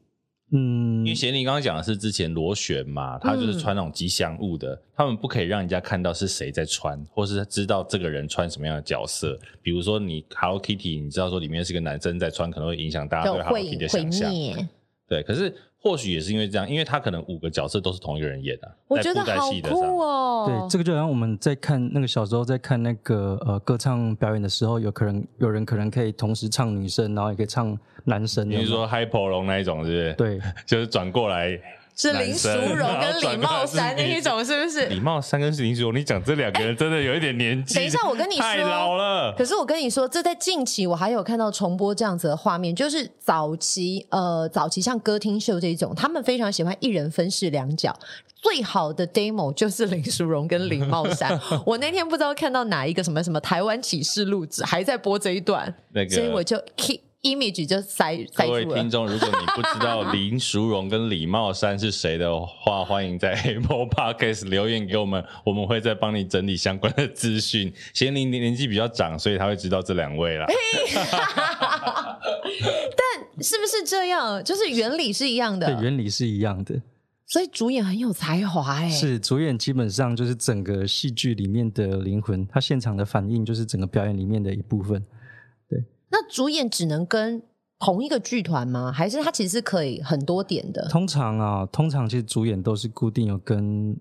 [SPEAKER 1] 嗯
[SPEAKER 3] 因为贤玲刚刚讲的是之前螺旋嘛，他
[SPEAKER 2] 嗯
[SPEAKER 3] 就是穿那种吉祥物的，他们不可以让人家看到是谁在穿，或是知道这个人穿什么样的角色。比如说你 Hello Kitty，你知道说里面是个男生在穿，可能会影响大家
[SPEAKER 2] 就
[SPEAKER 3] 对 Hello
[SPEAKER 2] 会
[SPEAKER 3] Kitty 的
[SPEAKER 2] 毁
[SPEAKER 3] 想象。
[SPEAKER 2] 灭。
[SPEAKER 3] 对，可是或许也是因为这样，因为他可能五个角色都是同一个人演的、啊，
[SPEAKER 2] 我觉
[SPEAKER 3] 在
[SPEAKER 2] 得
[SPEAKER 3] 布袋
[SPEAKER 2] 好
[SPEAKER 3] 戏的上
[SPEAKER 2] 酷哦！
[SPEAKER 1] 对，这个就好像我们在看那个小时候在看那个呃歌唱表演的时候，有可能有人可能可以同时唱女生，然后也可以唱男
[SPEAKER 2] 嗯
[SPEAKER 1] 生。
[SPEAKER 3] 你是
[SPEAKER 1] 有没有
[SPEAKER 3] 说 Hyper 龙那一种是不是？，
[SPEAKER 1] 对，
[SPEAKER 3] 就是转过来。
[SPEAKER 2] 是林淑荣跟李茂山那一种，是不
[SPEAKER 3] 李
[SPEAKER 2] 是？
[SPEAKER 3] 茂三跟林淑荣，你讲这两个人真的有一点年纪。
[SPEAKER 2] 等一下，我跟你
[SPEAKER 3] 太老
[SPEAKER 2] 说。
[SPEAKER 3] 了。
[SPEAKER 2] 可是我跟你说，这在近期我还有看到重播这样子的画面，就是早期呃，早期像歌厅秀这一种，他们非常喜欢一人分饰两角。最好的 demo 就是林淑荣跟林茂 山。我那天不知道看到哪一个什么什么台湾启示录还在播这一段，
[SPEAKER 3] 那个
[SPEAKER 2] 所以我就 key image 就塞塞
[SPEAKER 3] 各位
[SPEAKER 2] 住了
[SPEAKER 3] 听。众，如果你不知 道林淑荣跟李茂山是谁的话，欢迎在 Apple Podcast 留言给我们，我们会再帮你整理相关的资讯。贤玲年纪比较长，所以他会知道这两位 啦。
[SPEAKER 2] 是不是这样？就是原理是一样
[SPEAKER 1] 对，
[SPEAKER 2] 的，
[SPEAKER 1] 原理是一样的。
[SPEAKER 2] 所以主演很有才华哎、
[SPEAKER 1] 是主演基本上就是整个戏剧里面的灵魂，他现场的反应就是整个表演里面的一部分。
[SPEAKER 2] 那主演只能跟同一个剧团吗？还是他其实是可以很多点的？
[SPEAKER 1] 通常啊，通常其实主演都是固定有跟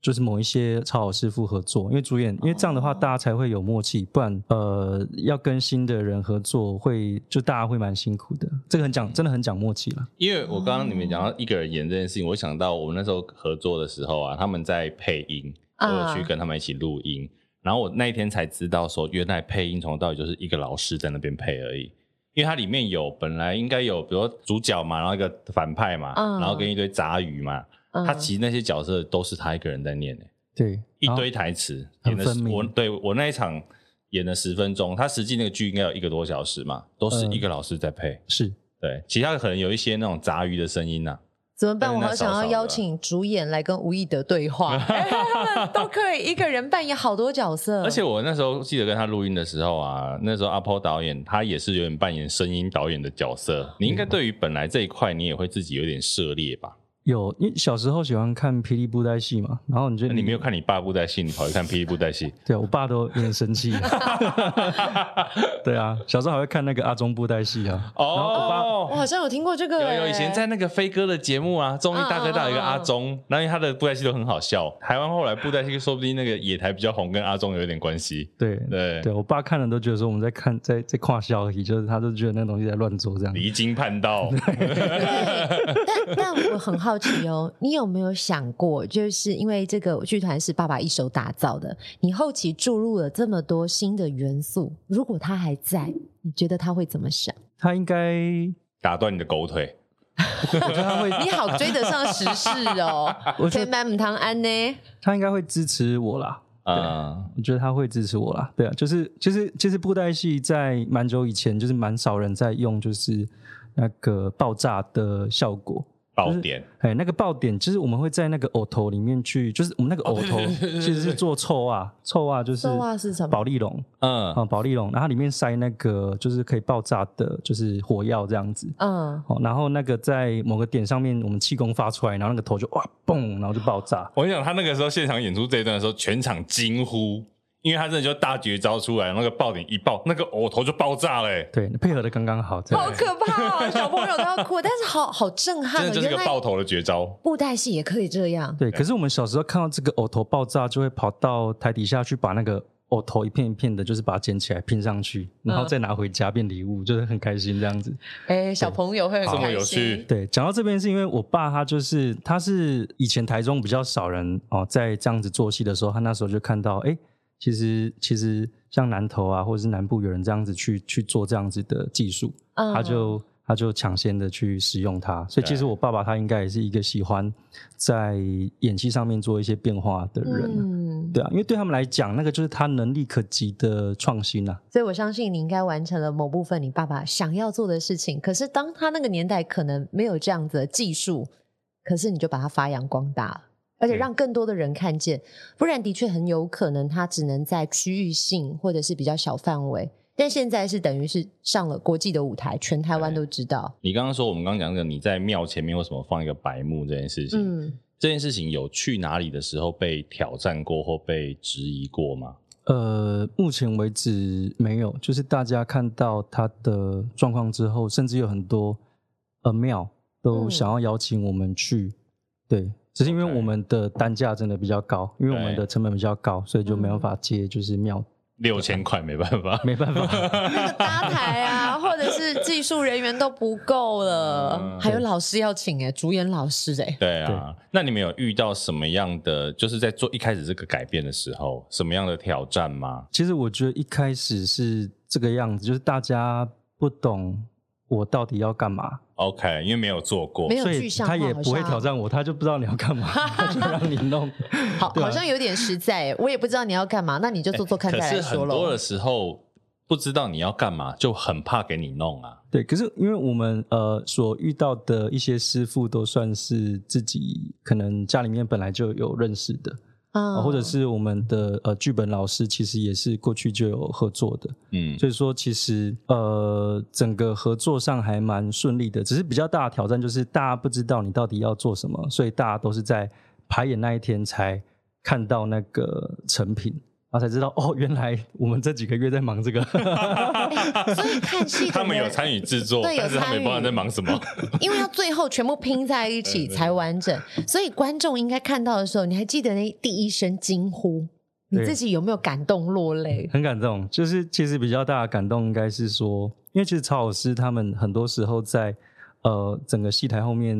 [SPEAKER 1] 就是某一些超老师傅合作，因为主演因为这样的话
[SPEAKER 2] 哦
[SPEAKER 1] 大家才会有默契，不然呃要跟新的人合作会就大家会蛮辛苦的。这个很讲真的很讲默契了。
[SPEAKER 3] 因为我刚刚你们讲到一个人演这件事情，我想到我们那时候合作的时候啊，他们在配音，我
[SPEAKER 2] 啊
[SPEAKER 3] 有去跟他们一起录音，然后我那一天才知道说，原来配音从头到尾就是一个老师在那边配而已。因为它里面有本来应该有，比如说主角嘛，然后一个反派嘛，
[SPEAKER 2] 嗯
[SPEAKER 3] 然后跟一堆杂鱼嘛，
[SPEAKER 2] 嗯
[SPEAKER 3] 他其实那些角色都是他一个人在念的、欸
[SPEAKER 1] 对，
[SPEAKER 3] 一
[SPEAKER 1] 然后
[SPEAKER 3] 堆台词，
[SPEAKER 1] 哦很
[SPEAKER 3] 演的
[SPEAKER 1] 分明
[SPEAKER 3] 我对我那一场演了十分钟，他实际那个剧应该有一个多小时嘛，都是
[SPEAKER 1] 嗯
[SPEAKER 3] 一个老师在配，
[SPEAKER 1] 是
[SPEAKER 3] 对，其他可能有一些那种杂鱼的声音啊呐、
[SPEAKER 2] 怎么办？
[SPEAKER 3] 但
[SPEAKER 2] 我
[SPEAKER 3] 是那
[SPEAKER 2] 好想
[SPEAKER 3] 少
[SPEAKER 2] 要
[SPEAKER 3] 少的
[SPEAKER 2] 邀请主演来跟吴亦德 对话，哎他们都可以一个人扮演好多角
[SPEAKER 1] 嗯
[SPEAKER 2] 色，
[SPEAKER 3] 而且我那时候记得跟他录音的时候啊，那时候阿 p 导演他也是有点扮演声音导演的角
[SPEAKER 1] 嗯
[SPEAKER 3] 色。你应该对于本来这一块你也会自己有点涉猎吧？
[SPEAKER 1] 有，因为小时候喜欢看霹雳布袋戏嘛，然后你就
[SPEAKER 3] 啊那你没有看你爸布袋戏，你跑去看霹雳布袋戏，
[SPEAKER 1] 对我爸都有点生 气。对啊，小时候还会看那个阿忠布袋戏啊。 然后我爸
[SPEAKER 2] 我
[SPEAKER 3] 哦。
[SPEAKER 2] 好像有听过这个、
[SPEAKER 3] 有
[SPEAKER 2] 哎
[SPEAKER 3] 有，以前在那个飞哥的节目啊，综艺大哥大
[SPEAKER 2] 嗯
[SPEAKER 3] 有一个阿忠，那因为他的布袋戏都很好笑。台湾后来布袋戏说不定那个野台比较红，跟阿忠有点关系。
[SPEAKER 1] 对
[SPEAKER 3] 对，
[SPEAKER 1] 对我爸看了都觉得说我们在看在在跨笑而已，就是他都觉得那东西在乱做这样。
[SPEAKER 3] 离经叛道，
[SPEAKER 2] 但但我很好奇 哦，你有没有想过，就是因为这个剧团是爸爸一手打造的，你后期注入了这么多新的元素，如果他还在，你觉得他会怎 么想？
[SPEAKER 1] 他应该
[SPEAKER 3] 打断你的狗腿。
[SPEAKER 2] 你好追得上时事 哦，
[SPEAKER 1] 我觉
[SPEAKER 2] 天
[SPEAKER 1] 得
[SPEAKER 2] 满母汤安呢？
[SPEAKER 1] 他应该会支持我啦。
[SPEAKER 3] 啊。
[SPEAKER 1] 我觉得他会支持我啦，对啊，就是其实其实布袋戏在蛮久以前就是蛮少人在用，就是那个爆炸的效果，
[SPEAKER 3] 爆点，
[SPEAKER 1] 哎，那个爆点就是我们会在那个藕头里面去，就是我们那个藕头其实是做臭袜，臭袜就是
[SPEAKER 2] 臭袜是什么
[SPEAKER 1] 保利龙
[SPEAKER 3] 嗯
[SPEAKER 1] 啊，保利龙，然后里面塞那个就是可以爆炸的，就是火药这样子。
[SPEAKER 2] 嗯，
[SPEAKER 1] 哦，然后那个在某个点上面，我们气功发出来，然后那个头就哇嘣，然后就爆炸。
[SPEAKER 3] 我跟你讲，他那个时候现场演出这一段的时候，全场惊呼，因为他真的就大绝招出来，那个爆点一爆，那个偶头就爆炸了、欸，
[SPEAKER 1] 对，配合的刚刚好，这样
[SPEAKER 2] 好可怕哦，小朋友都要哭，但是好好震撼
[SPEAKER 3] 真的
[SPEAKER 2] 哦，
[SPEAKER 3] 就是
[SPEAKER 2] 原
[SPEAKER 3] 个
[SPEAKER 2] 来
[SPEAKER 3] 爆头的绝招。
[SPEAKER 2] 布袋戏也可以这样。
[SPEAKER 1] 对。可是我们小时候看到这个偶头爆炸，就会跑到台底下去把那个偶头一片一片的，就是把它捡起来拼上去，然后再拿回家变礼物， 就是很开心这样子。
[SPEAKER 2] 哎，小朋友会
[SPEAKER 3] 这
[SPEAKER 2] 很
[SPEAKER 3] 么
[SPEAKER 2] 开
[SPEAKER 3] 有
[SPEAKER 2] 心
[SPEAKER 3] 趣。
[SPEAKER 1] 对，讲到这边是因为我爸他就是他是以前台中比较少人哦，在这样子做戏的时候，他那时候就看到，哎，其实其实像南投啊，或者是南部有人这样子去去做这样子的技术，
[SPEAKER 2] 嗯
[SPEAKER 1] 他就他就抢先的去使用它，所以其实我爸爸他应该也是一个喜欢在演戏上面做一些变化的人啊。
[SPEAKER 2] 嗯，
[SPEAKER 1] 对啊，因为对他们来讲，那个就是他能力可及的创新啊。
[SPEAKER 2] 所以我相信你应该完成了某部分你爸爸想要做的事情。可是当他那个年代可能没有这样子的技术，可是你就把它发扬光大了，而且让更多的人看见。不然的确很有可能他只能在区域性或者是比较小范围。但现在是等于是上了国际的舞台，全台湾都知道。
[SPEAKER 3] 你刚刚说我们刚刚讲那个你在庙前面为什么放一个白幕这件事情，
[SPEAKER 2] 嗯，
[SPEAKER 3] 这件事情有去哪里的时候被挑战过或被质疑过吗？
[SPEAKER 1] 呃，目前为止没有，就是大家看到他的状况之后，甚至有很多呃庙都
[SPEAKER 2] 嗯
[SPEAKER 1] 想要邀请我们去，对，只是因为
[SPEAKER 3] OK
[SPEAKER 1] 我们的单价真的比较高，因为我们
[SPEAKER 3] 对
[SPEAKER 1] 的成本比较高，所以就没
[SPEAKER 2] 嗯
[SPEAKER 1] 办法接就是庙，
[SPEAKER 3] 六千块没办法，
[SPEAKER 1] 没办法，
[SPEAKER 2] 那个搭台啊，或者是技术人员都不够了
[SPEAKER 3] 嗯，
[SPEAKER 2] 还有老师要请哎、主演老师 哎、
[SPEAKER 3] 对啊，那你们有遇到什么样的，就是在做一开始这个改变的时候，什么样的挑战吗？
[SPEAKER 1] 其实我觉得一开始是这个样子，就是大家不懂我到底要干嘛，
[SPEAKER 3] OK，因为没有做过，
[SPEAKER 2] 没有
[SPEAKER 1] 所
[SPEAKER 2] 具
[SPEAKER 1] 以
[SPEAKER 2] 象
[SPEAKER 1] 他
[SPEAKER 2] 化
[SPEAKER 1] 也
[SPEAKER 2] 好
[SPEAKER 1] 不会
[SPEAKER 2] 像
[SPEAKER 1] 挑战我，他就不知道你要干嘛，他就让你弄。
[SPEAKER 2] 好，
[SPEAKER 1] 对啊
[SPEAKER 2] 好像有点实在、欸，我也不知道你要干嘛，那你就做做看
[SPEAKER 3] 可
[SPEAKER 2] 再
[SPEAKER 3] 是
[SPEAKER 2] 来
[SPEAKER 3] 很
[SPEAKER 2] 说
[SPEAKER 3] 多
[SPEAKER 2] 喽
[SPEAKER 3] 的。时候不知道你要干嘛，就很怕给你弄啊。
[SPEAKER 1] 对，可是因为我们呃所遇到的一些师傅都算是自己可能家里面本来就有认识的，
[SPEAKER 2] 啊
[SPEAKER 3] 哦
[SPEAKER 1] 啊或者是我们的呃剧本老师其实也是过去就有合作的，
[SPEAKER 3] 嗯，
[SPEAKER 1] 所以说其实呃整个合作上还蛮顺利的，只是比较大的挑战就是大家不知道你到底要做什么，所以大家都是在排演那一天才看到那个成品， 然后才知道哦原来我们这几个月在忙这个。
[SPEAKER 2] 欸所以看戏的
[SPEAKER 3] 他们有
[SPEAKER 2] 人
[SPEAKER 3] 参与制作，
[SPEAKER 2] 对有
[SPEAKER 3] 但是他
[SPEAKER 2] 参
[SPEAKER 3] 们
[SPEAKER 2] 与
[SPEAKER 3] 不知道在忙什么。
[SPEAKER 2] 因为要最后全部拼在一起
[SPEAKER 3] 对对
[SPEAKER 2] 才完整，所以观众应该看到的时候，你还记得那第一声惊呼，你
[SPEAKER 1] 对
[SPEAKER 2] 自己有没有感动落泪？
[SPEAKER 1] 很感动，就是其实比较大的感动应该是说，因为其实曹老师他们很多时候在呃整个戏台后面，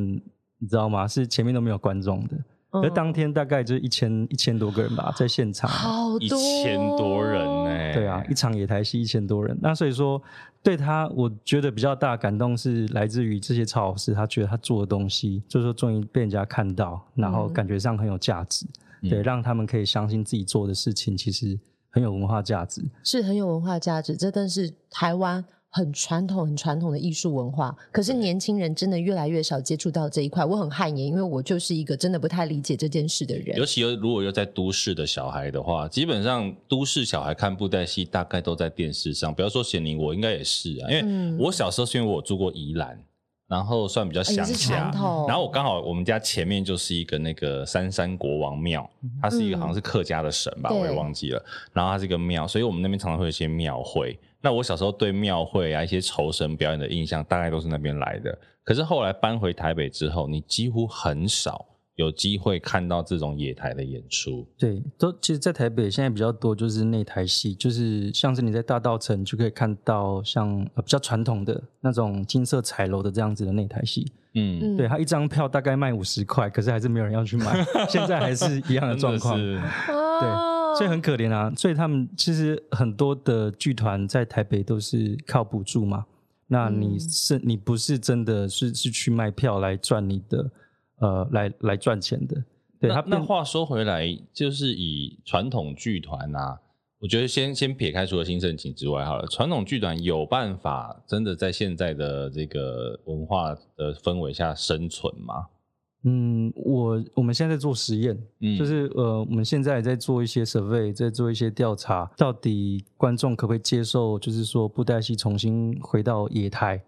[SPEAKER 1] 你知道吗？是前面都没有观众的，而
[SPEAKER 2] 嗯
[SPEAKER 1] 当天大概就是一千一千多个人吧，在现场。
[SPEAKER 2] 好多哦
[SPEAKER 3] 一千多人呢、
[SPEAKER 1] 对啊，一场野台戏一千多人，那所以说对他，我觉得比较大的感动是来自于这些曹老师，他觉得他做的东西，就是说终于被人家看到，然后
[SPEAKER 2] 嗯
[SPEAKER 1] 感觉上很有价值，
[SPEAKER 3] 嗯
[SPEAKER 1] 对，让他们可以相信自己做的事情其实很有文化价值。
[SPEAKER 2] 是很有文化价值，这真是台湾很传统、很传统的艺术文化。可是年轻人真的越来越少接触到这一块，我很汗颜，因为我就是一个真的不太理解这件事的
[SPEAKER 3] 尤
[SPEAKER 2] 人。
[SPEAKER 3] 其又如果又在都市的小孩的话，基本上都市小孩看布袋戏大概都在电视上。不要说咸宁，我应该也是啊，因为
[SPEAKER 2] 嗯
[SPEAKER 3] 我小时候是因为我住过宜兰，然后算比较
[SPEAKER 2] 哎也
[SPEAKER 3] 乡
[SPEAKER 2] 是
[SPEAKER 3] 下
[SPEAKER 2] 传，统，
[SPEAKER 3] 然后我刚好我们家前面就是一个那个三山国王庙，它是一个
[SPEAKER 2] 嗯
[SPEAKER 3] 好像是客家的神吧，
[SPEAKER 2] 对
[SPEAKER 3] 我也忘记了。然后它是一个庙，所以我们那边常常会有一些庙会。那我小时候对庙会啊一些酬神表演的印象，大概都是那边来的。可是后来搬回台北之后，你几乎很少有机会看到这种野台的演出。
[SPEAKER 1] 对，都其实，在台北现在比较多就是内台戏，就是像是你在大道城就可以看到像呃比较传统的那种金色彩楼的这样子的内台戏。
[SPEAKER 3] 嗯，
[SPEAKER 2] 嗯
[SPEAKER 1] 对，它一张票大概卖五十块，可是还是没有人要去买，现在还是一样的状况。
[SPEAKER 3] 真的是
[SPEAKER 2] 哦
[SPEAKER 1] 所以
[SPEAKER 3] 嗯
[SPEAKER 1] 很可怜啊。所以他们其实很多的剧团在台北都是靠补助嘛。那你
[SPEAKER 2] 嗯
[SPEAKER 1] 是、你不是真的是是去卖票来赚你的呃来来赚钱的？对，
[SPEAKER 3] 那
[SPEAKER 1] 他
[SPEAKER 3] 那
[SPEAKER 1] 变
[SPEAKER 3] 话说回来，就是以传统剧团啊，我觉得先先撇开除了新盛景之外好了，传统剧团有办法真的在现在的这个文化的氛围下生存吗？
[SPEAKER 1] 嗯，我我们现在在做实验，
[SPEAKER 3] 嗯
[SPEAKER 1] 就是呃，我们现在也在做一些 survey，在做一些调查，到底观众可不可以接受，就是说布袋戏重新回到野台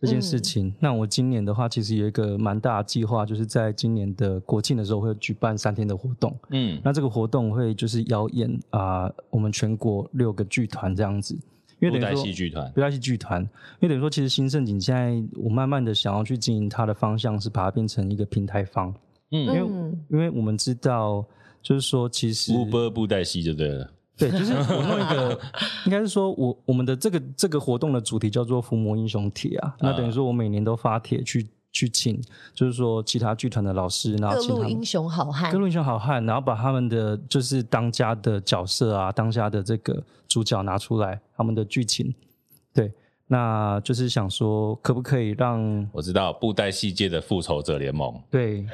[SPEAKER 1] 这件
[SPEAKER 3] 嗯
[SPEAKER 1] 事情。那我今年的话，其实有一个蛮大的计划，就是在今年的国庆的时候会举办三天的活动。
[SPEAKER 3] 嗯
[SPEAKER 1] 那这个活动会就是邀演啊、我们全国六个剧团这样子，因为等
[SPEAKER 3] 布
[SPEAKER 1] 于
[SPEAKER 3] 袋
[SPEAKER 1] 说
[SPEAKER 3] 戏剧团
[SPEAKER 1] 布袋戏剧团，因为等于说，其实新盛景现在我慢慢的想要去经营它的方向是把它变成一个平台方，
[SPEAKER 3] 嗯
[SPEAKER 2] 嗯，
[SPEAKER 1] 因为我们知道，就是说，其实
[SPEAKER 3] ，Uber 布袋戏就对了。
[SPEAKER 1] 对，就是我弄一个，应该是说我我们的这个这个活动的主题叫做“伏魔英雄帖”啊，那等于说我每年都发帖去去请，就是说其他剧团的老师，然后
[SPEAKER 2] 各
[SPEAKER 1] 请
[SPEAKER 2] 路
[SPEAKER 1] 他们
[SPEAKER 2] 英雄好汉
[SPEAKER 1] 各，路英雄好汉，然后把他们的就是当家的角色啊，当家的这个主角拿出来，他们的剧情，对，那就是想说，可不可以让
[SPEAKER 3] 我知道布袋戏界的复仇者联盟，
[SPEAKER 1] 对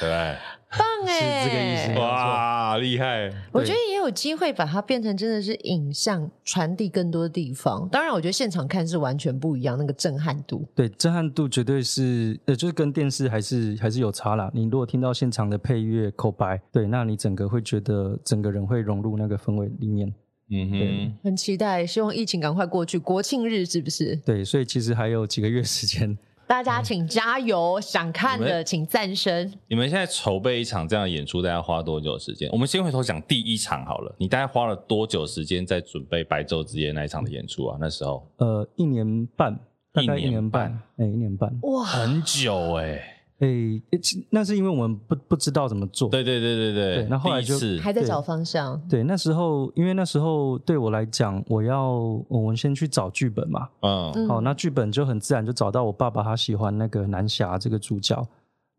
[SPEAKER 3] 对
[SPEAKER 2] 棒
[SPEAKER 1] 是
[SPEAKER 2] 哎，
[SPEAKER 1] 这个意思
[SPEAKER 3] 不
[SPEAKER 1] 没有
[SPEAKER 3] 对？
[SPEAKER 1] 错
[SPEAKER 3] 哇，厉害！
[SPEAKER 2] 我觉得也有机会把它变成真的是影像传递更多地方。当然，我觉得现场看是完全不一样，那个震撼度。
[SPEAKER 1] 对，震撼度绝对是，呃，就是跟电视还是还是有差啦。你如果听到现场的配乐、口白，对，那你整个会觉得整个人会融入那个氛围里面。
[SPEAKER 3] 嗯哼，
[SPEAKER 2] 很期待，希望疫情赶快过去，国庆日是不是？
[SPEAKER 1] 对，所以其实还有几个月时间。
[SPEAKER 2] 大家请加油，想看
[SPEAKER 3] 你
[SPEAKER 2] 的
[SPEAKER 3] 们
[SPEAKER 2] 请赞声。
[SPEAKER 3] 你们现在筹备一场这样的演出，大概花多久的时间？我们先回头讲第一场好了，你大概花了多久时间在准备《白昼之夜》那一场的演出啊？那时候
[SPEAKER 1] 呃，一年半，大概
[SPEAKER 3] 一
[SPEAKER 1] 一
[SPEAKER 3] 年
[SPEAKER 1] 年半，哎、一年半，
[SPEAKER 2] 哇，
[SPEAKER 3] 很久哎、
[SPEAKER 1] 哎、诶其那是因为我们不不知道怎么做。
[SPEAKER 3] 对对对对对
[SPEAKER 1] 对，那后来
[SPEAKER 3] 第一
[SPEAKER 1] 就
[SPEAKER 3] 次
[SPEAKER 2] 还在
[SPEAKER 1] 对
[SPEAKER 2] 找方向，
[SPEAKER 1] 对，那时候因为那时候对我来讲，我要我们先去找剧本嘛。
[SPEAKER 3] 嗯
[SPEAKER 2] 嗯
[SPEAKER 1] 好，那剧本就很自然就找到我爸爸他喜欢那个南侠这个主角，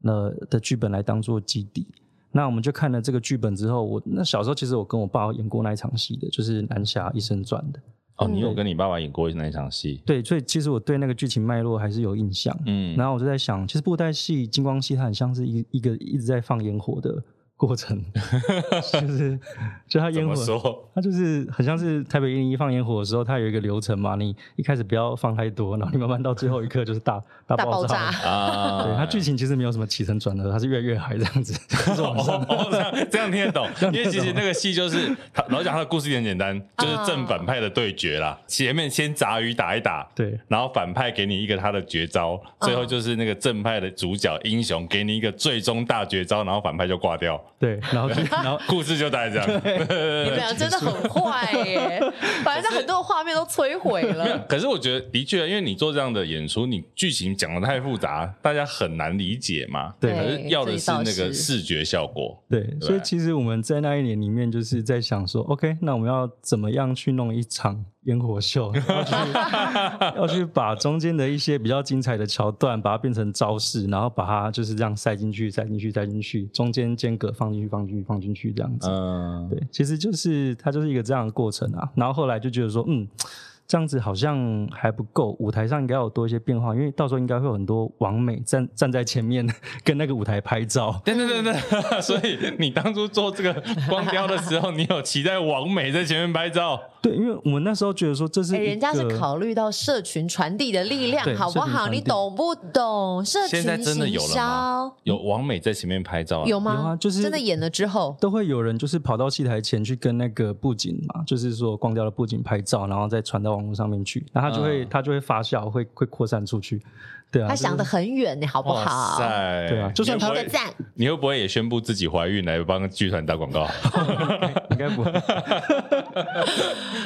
[SPEAKER 1] 那的剧本来当做基底。那我们就看了这个剧本之后，我那小时候其实我跟我爸演过那一场戏的，就是《南侠医生传》的。
[SPEAKER 3] 哦，你有跟你爸爸演过那一场戏？
[SPEAKER 1] 对，所以其实我对那个剧情脉络还是有印象。
[SPEAKER 3] 嗯，
[SPEAKER 1] 然后我就在想，其实布袋戏、金光戏，它很像是一一个一直在放烟火的过程， 就是就它
[SPEAKER 3] 怎
[SPEAKER 1] 烟
[SPEAKER 3] 么
[SPEAKER 1] 火
[SPEAKER 3] 说？
[SPEAKER 1] 它就是很像是台北一零一放烟火的时候，它有一个流程嘛，你一开始不要放太多，然后你慢慢到最后一刻就是大 大
[SPEAKER 2] 大爆
[SPEAKER 1] 爆
[SPEAKER 2] 炸。
[SPEAKER 3] 啊，
[SPEAKER 1] 对，它剧情其实没有什么起承转合，它是越来越嗨这样子。就是往上
[SPEAKER 3] 哦哦，这样这样听 得懂，因为其实那个戏就是他老实讲他的故事也很简单，就是正反派的对决啦。前面先杂鱼打一打，
[SPEAKER 1] 对
[SPEAKER 3] 然后反派给你一个他的绝招，最后就是那个正派的主角英雄给你一个最终大绝招，然后反派就挂掉，
[SPEAKER 1] 对，然后就然后
[SPEAKER 3] 故事就大概这样。
[SPEAKER 2] 你们俩真的很坏耶，反正很多画面都摧毁了。
[SPEAKER 3] 可是我觉得的确，因为你做这样的演出，你剧情讲的太复杂，大家很难理解嘛。
[SPEAKER 1] 对
[SPEAKER 3] 可是要的是那
[SPEAKER 2] 这一道
[SPEAKER 3] 个
[SPEAKER 2] 是
[SPEAKER 3] 视觉效果。
[SPEAKER 1] 对，所以
[SPEAKER 3] 对
[SPEAKER 1] 其实我们在那一年里面就是在想说，OK，那我们要怎么样去弄一场烟火秀，要去要去把中间的一些比较精彩的桥段，把它变成招式，然后把它就是这样塞进去、塞进去、塞进去，中间间隔放进去、放进去、放进去这样子。
[SPEAKER 3] 嗯，
[SPEAKER 1] 对，其实就是它就是一个这样的过程啊。然后后来就觉得说，嗯，这样子好像还不够，舞台上应该要有多一些变化，因为到时候应该会有很多网美站站在前面 跟那个舞台拍照。
[SPEAKER 3] 对对对对， 所以你当初做这个光雕的时候，你有期待王美在前面拍照？
[SPEAKER 1] 对，因为我们那时候觉得说这是
[SPEAKER 2] 哎、
[SPEAKER 1] 一个、
[SPEAKER 2] 人家是考虑到社群传递的力量，
[SPEAKER 1] 对
[SPEAKER 2] 好不
[SPEAKER 1] 社群
[SPEAKER 2] 好？
[SPEAKER 1] 传递
[SPEAKER 2] 你懂不懂？社群
[SPEAKER 3] 现在真的有
[SPEAKER 2] 行
[SPEAKER 3] 了
[SPEAKER 2] 销
[SPEAKER 3] 吗？有王美在前面拍照啊？
[SPEAKER 2] 有吗？
[SPEAKER 1] 有啊就是
[SPEAKER 2] 真的演了之后，
[SPEAKER 1] 都会有人就是跑到戏台前去跟那个布景嘛，就是说光雕的布景拍照，然后再传到网络上面去，然后它就会、
[SPEAKER 3] 嗯
[SPEAKER 1] 它就会发酵，会会扩散出去。对啊，
[SPEAKER 2] 他
[SPEAKER 1] 就是
[SPEAKER 2] 想的很远，你好不
[SPEAKER 3] 哇
[SPEAKER 2] 好？
[SPEAKER 3] 塞！
[SPEAKER 1] 对啊就算
[SPEAKER 3] 你会不
[SPEAKER 2] 评个
[SPEAKER 3] 会
[SPEAKER 2] 赞，
[SPEAKER 3] 你会不会也宣布自己怀孕来帮剧团打广告？
[SPEAKER 1] 应该不会。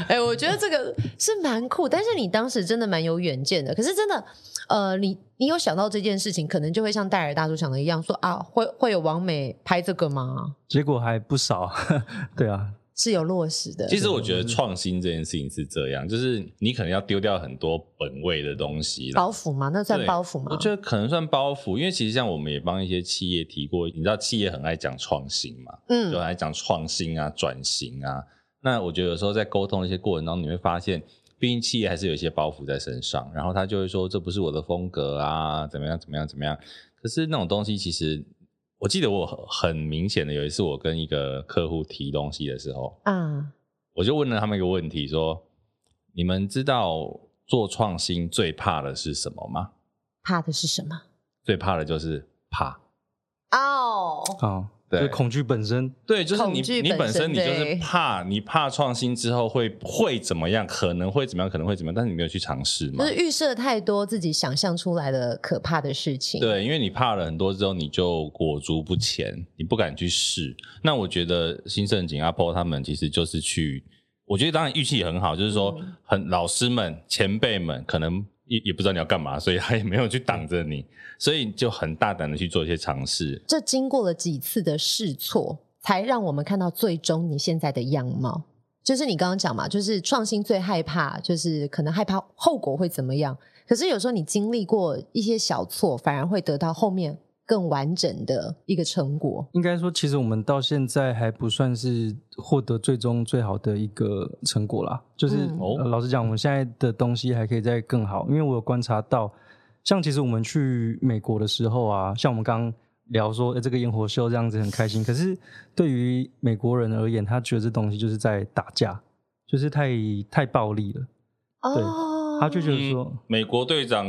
[SPEAKER 2] 哎、我觉得这个是蛮酷，但是你当时真的蛮有远见的。可是真的，呃，你你有想到这件事情，可能就会像戴尔大叔想的一样，说啊，会会有王美拍这个吗？
[SPEAKER 1] 结果还不少， 对啊，
[SPEAKER 2] 是有落实的。
[SPEAKER 3] 其实我觉得创新这件事情是这样，就是你可能要丢掉很多本位的东西啦。
[SPEAKER 2] 包袱吗？那算
[SPEAKER 3] 对
[SPEAKER 2] 包袱吗？
[SPEAKER 3] 我觉得可能算包袱，因为其实像我们也帮一些企业提过，你知道企业很爱讲创新嘛，就
[SPEAKER 2] 嗯，
[SPEAKER 3] 很爱讲创新啊、转型啊。那我觉得有时候在沟通的一些过程当中，你会发现，毕竟企业还是有一些包袱在身上，然后他就会说这不是我的风格啊，怎么样怎么样怎么样。可是那种东西，其实我记得我很很明显的有一次，我跟一个客户提东西的时候，
[SPEAKER 2] 啊，
[SPEAKER 3] 我就问了他们一个问题，说：你们知道做创新最怕的是什么吗？
[SPEAKER 2] 怕的是什么？
[SPEAKER 3] 最怕的就是怕。
[SPEAKER 2] 哦，
[SPEAKER 1] 好，
[SPEAKER 3] 对
[SPEAKER 1] 就恐惧本身，
[SPEAKER 3] 对，就是你
[SPEAKER 2] 恐惧
[SPEAKER 3] 你
[SPEAKER 2] 本
[SPEAKER 3] 本
[SPEAKER 2] 身
[SPEAKER 3] 身你就是
[SPEAKER 2] 对
[SPEAKER 3] 怕，你怕创新之后会会怎么样？可能会怎么样？可能会怎么样？但是你没有去尝试嘛
[SPEAKER 2] 就？是预设太多自己想象出来的可怕的事情。，
[SPEAKER 3] 对，因为你怕了很多之后，你就裹足不前，你不敢去试。那我觉得新盛景阿波他们其实就是去，我觉得当然运气也很好，就是说
[SPEAKER 2] 嗯
[SPEAKER 3] 很老师们前辈们可能也也不知道你要干嘛，所以他也没有去挡着你，所以就很大胆的去做一些尝试。
[SPEAKER 2] 这经过了几次的试错，才让我们看到最终你现在的样貌。就是你刚刚讲嘛，就是创新最害怕，就是可能害怕后果会怎么样。可是有时候你经历过一些小错，反而会得到后面更完整的一个成果。
[SPEAKER 1] 应该说，其实我们到现在还不算是获得最终最好的一个成果啦。就是、
[SPEAKER 2] 嗯
[SPEAKER 3] 哦
[SPEAKER 1] 呃老实讲，我们现在的东西还可以再更好，因为我有观察到，像其实我们去美国的时候啊，像我们刚刚聊说，呃诶这个烟火秀这样子很开心，可是对于美国人而言，他觉得这东西就是在打架，就是太太暴力了，
[SPEAKER 2] 哦，
[SPEAKER 1] 他就觉得说。
[SPEAKER 3] 美国队长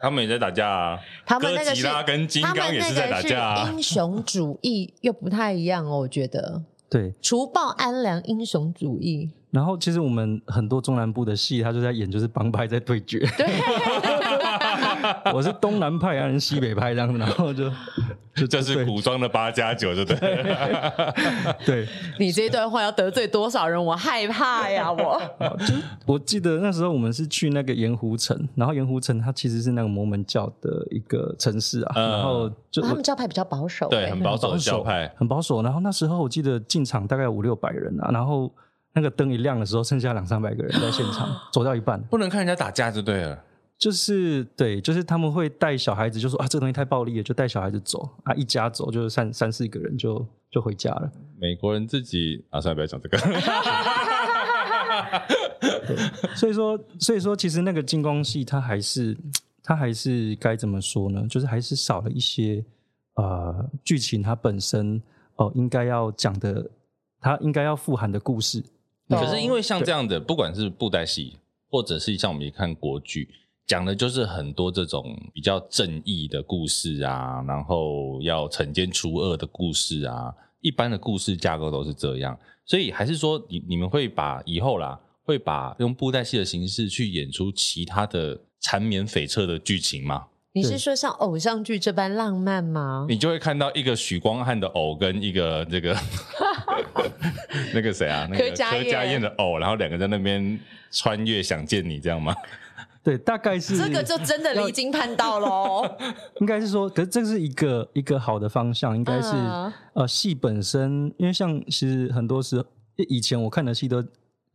[SPEAKER 3] 他们也在打架啊，
[SPEAKER 2] 他们
[SPEAKER 3] 哥
[SPEAKER 2] 那个
[SPEAKER 3] 吉
[SPEAKER 2] 是
[SPEAKER 3] 拉跟金
[SPEAKER 2] 他
[SPEAKER 3] 刚
[SPEAKER 2] 们
[SPEAKER 3] 也
[SPEAKER 2] 那
[SPEAKER 3] 是在打
[SPEAKER 2] 个
[SPEAKER 3] 架啊、
[SPEAKER 2] 是英雄主义又不太一样哦，我觉得
[SPEAKER 1] 对，
[SPEAKER 2] 除暴安良，英雄主义。
[SPEAKER 1] 然后其实我们很多中南部的戏，他就在演就是帮派在对决。 我是东南派，然人西北派这样子，然后就就
[SPEAKER 3] 这是古装的八加九，就对了。
[SPEAKER 1] 对。
[SPEAKER 2] 你这一段话要得罪多少人？我害怕呀！我
[SPEAKER 1] 我记得那时候我们是去那个盐湖城，然后盐湖城它其实是那个摩门教的一个城市啊，
[SPEAKER 3] 嗯
[SPEAKER 1] 然后就
[SPEAKER 2] 哦他们教派比较保 守、
[SPEAKER 3] 对，
[SPEAKER 2] 欸
[SPEAKER 3] 很保守的教派，
[SPEAKER 1] 很保守。然后那时候我记得进场大概五六百人啊，然后那个灯一亮的时候，剩下两三百个人在现 场，走到一半，
[SPEAKER 3] 不能看人家打架就对了。
[SPEAKER 1] 就是对，就是他们会带小孩子，就说啊，这个东西太暴力了，就带小孩子走啊，一家走就是三三四个人就就回家了。
[SPEAKER 3] 美国人自己啊，算了，不要讲 这个。
[SPEAKER 1] 所以说，所以说，其实那个进攻戏，它还是它还是该怎么说呢？就是还是少了一些呃剧情它本身哦、呃应该要讲的，它应该要富含的故事。
[SPEAKER 2] 懂
[SPEAKER 3] 可是因为像这样的，不管是布袋戏，或者是像我们一看国剧，讲的就是很多这种比较正义的故事啊，然后要惩奸除恶的故事啊，一般的故事架构都是这样。所以还是说你，你们会把以后啦，会把用布袋戏的形式去演出其他的缠绵悱恻的剧情吗？
[SPEAKER 2] 你是
[SPEAKER 1] 对
[SPEAKER 2] 说像偶像剧这般浪漫吗？
[SPEAKER 3] 你就会看到一个许光汉的偶跟一个这 个 那个谁啊，那个
[SPEAKER 2] 柯佳嬿
[SPEAKER 3] 柯佳嬿的偶，然后两个在那边穿越，想见你 这样吗？
[SPEAKER 1] 对，大概是
[SPEAKER 2] 这个就真的离经叛道喽。
[SPEAKER 1] 应该是说，可是这是一个一个好的方向，应该是、
[SPEAKER 2] 嗯
[SPEAKER 1] 呃戏本身，因为像其实很多时候以前我看的戏都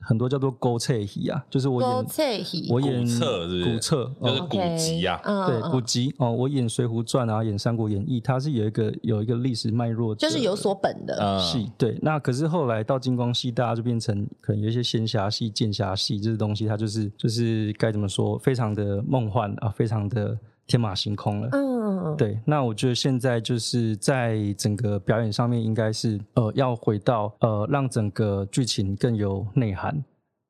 [SPEAKER 1] 很多叫做勾切戏啊，就是我
[SPEAKER 2] 高
[SPEAKER 1] 演
[SPEAKER 2] 翠喜，
[SPEAKER 1] 我演
[SPEAKER 3] 古册是不是？
[SPEAKER 1] 古册
[SPEAKER 3] 就
[SPEAKER 1] 哦
[SPEAKER 3] 是古籍啊。
[SPEAKER 2] 嗯
[SPEAKER 1] 对，
[SPEAKER 2] 嗯
[SPEAKER 1] 古籍哦，我演《水浒传》啊，演《三国演义》，它是有一个有一个历史脉络的
[SPEAKER 2] 就
[SPEAKER 1] 戏，
[SPEAKER 2] 是有所本的。
[SPEAKER 1] 呃
[SPEAKER 3] 嗯
[SPEAKER 1] 对，那可是后来到金光戏，大家就变成可能有一些仙侠戏、剑侠戏这些东西，它就是就是该怎么说，非常的梦幻啊，非常的天马行空了。
[SPEAKER 2] 嗯，
[SPEAKER 1] 对，那我觉得现在就是在整个表演上面，应该是呃要回到呃让整个剧情更有内涵，